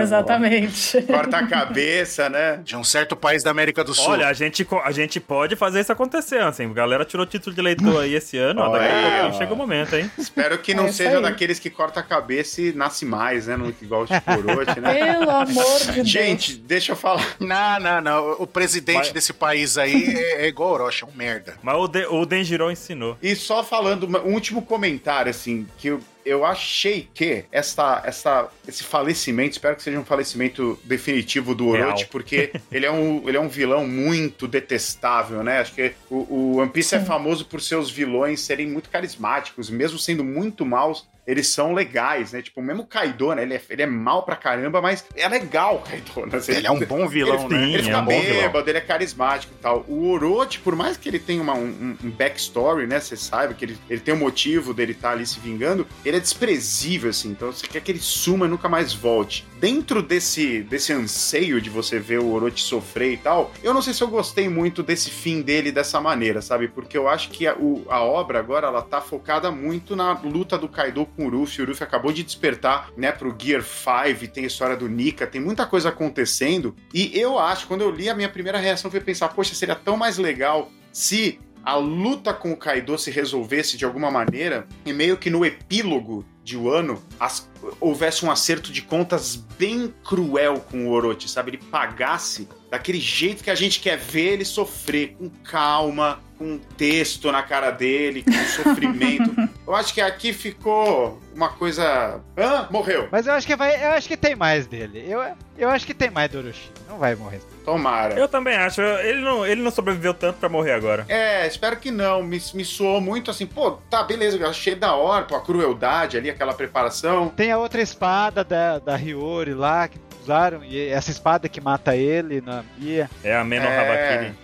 B: Exatamente.
E: É, Corta a cabeça, né?
D: De um certo país da América do Sul.
A: Olha, a gente, co- a gente pode fazer isso acontecer, assim. A galera tirou título de leitor aí esse ano. ó, daqui a
E: Olha.
A: pouquinho chega o momento, hein?
E: Espero que
B: É
E: não
B: isso
E: seja
B: aí.
E: daqueles que corta a cabeça e nasce mais, né? No,
B: <laughs>
E: igual o Chikorote, né?
B: Pelo amor de Deus.
E: Gente, deixa eu falar.
D: Não, não, não. O presidente
A: Mas-
D: desse país aí é, é igual o Orochi, é um merda.
A: Mas o, de, o Denjiro ensinou.
E: E só falando uma- um último comentário, assim, que eu, eu achei que esta, esta, esse falecimento, espero que seja um falecimento definitivo do
A: Real.
E: Orochi, porque ele é, um, ele é um vilão muito detestável, né? Acho que o, o One Piece é
B: Sim.
E: famoso por seus vilões serem muito carismáticos, mesmo sendo muito maus. Eles são legais, né? Tipo, mesmo o Kaido, né? Ele é, ele é mal pra caramba, mas é legal o Kaido, né? Assim,
D: Ele é um bom vilão,
A: Ele-
D: né?
A: sim,
E: ele
A: é
E: fica
A: um bom vilão.
E: bêbado, ele é carismático e tal. O Orochi, por mais que ele tenha uma- um, um backstory, né? Você saiba que ele, ele tem um motivo dele estar ali se vingando, ele é desprezível, assim. Então você quer que ele suma e nunca mais volte. Dentro desse, desse anseio de você ver o Orochi sofrer e tal, eu não sei se eu gostei muito desse fim dele dessa maneira, sabe? Porque eu acho que a, o- a obra agora, ela tá focada muito na luta do Kaido com o Ruffy. O Ruffy acabou de despertar, né, pro Gear 5, tem a história do Nika, tem muita coisa acontecendo. E eu acho, quando eu li, a minha primeira reação foi pensar, poxa, seria tão mais legal se a luta com o Kaido se resolvesse de alguma maneira e meio que no epílogo de Wano as- houvesse um acerto de contas bem cruel com o Orochi, sabe? Ele pagasse daquele jeito que a gente quer ver ele sofrer, com calma, com um texto na cara dele, com sofrimento. Eu acho que aqui ficou uma coisa... Hã? Morreu.
C: Mas eu acho que vai. Eu acho que tem mais dele. Eu, eu acho que tem mais do Orochi. Não vai morrer.
E: Tomara.
A: Eu também acho. eu- Ele não, ele não sobreviveu tanto pra morrer agora.
E: É, espero que não. Me, me soou muito assim, pô, tá, beleza, eu achei da hora, pô, a crueldade ali, aquela preparação.
C: Tem a outra espada da, da Hiyori lá que usaram. E essa espada que mata ele na Mia.
A: É a Menon
E: É.
A: Habakiri.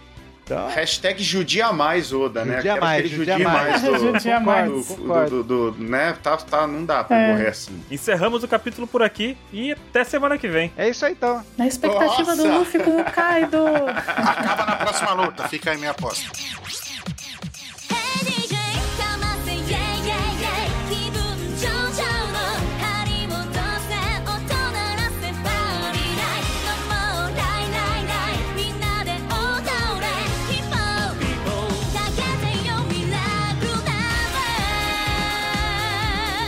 C: Então.
E: Hashtag judia mais, Oda, né?
C: Judia
E: Quero que
C: mais,
E: ele
C: judia
E: judie
C: mais.
E: do-
B: Judia
E: do-
B: mais.
E: do-
C: Concordo.
E: do- do- né? Tá, tá, não dá pra
B: É.
E: morrer assim.
A: Encerramos o capítulo por aqui e até semana que vem.
C: É isso aí então.
B: Na expectativa do
E: Nossa!
B: Luffy com o Kaido.
D: Acaba Tá na próxima luta, fica aí minha aposta.
F: ヘディングかませイェイイェイイェイ気分上々の針戻せ音鳴らせバーリーライトもうライライライみんなで踊れヒップホップだけでよミラクルナンバ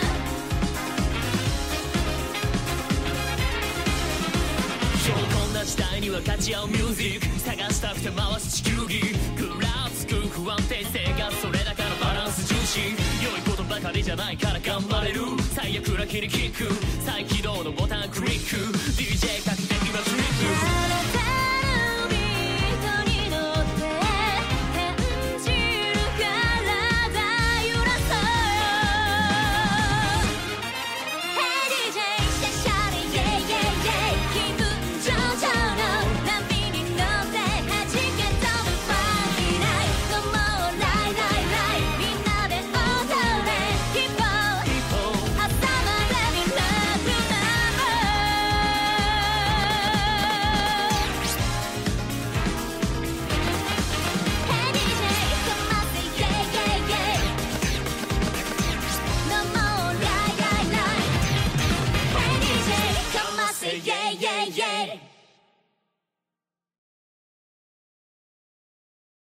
F: ー
G: 今日こんな時代に分かち合うミュージック探したくて回す地球儀クラウつく不安定性がそれだからバランス重視良いことばかりじゃないから頑張れる最悪な気に効く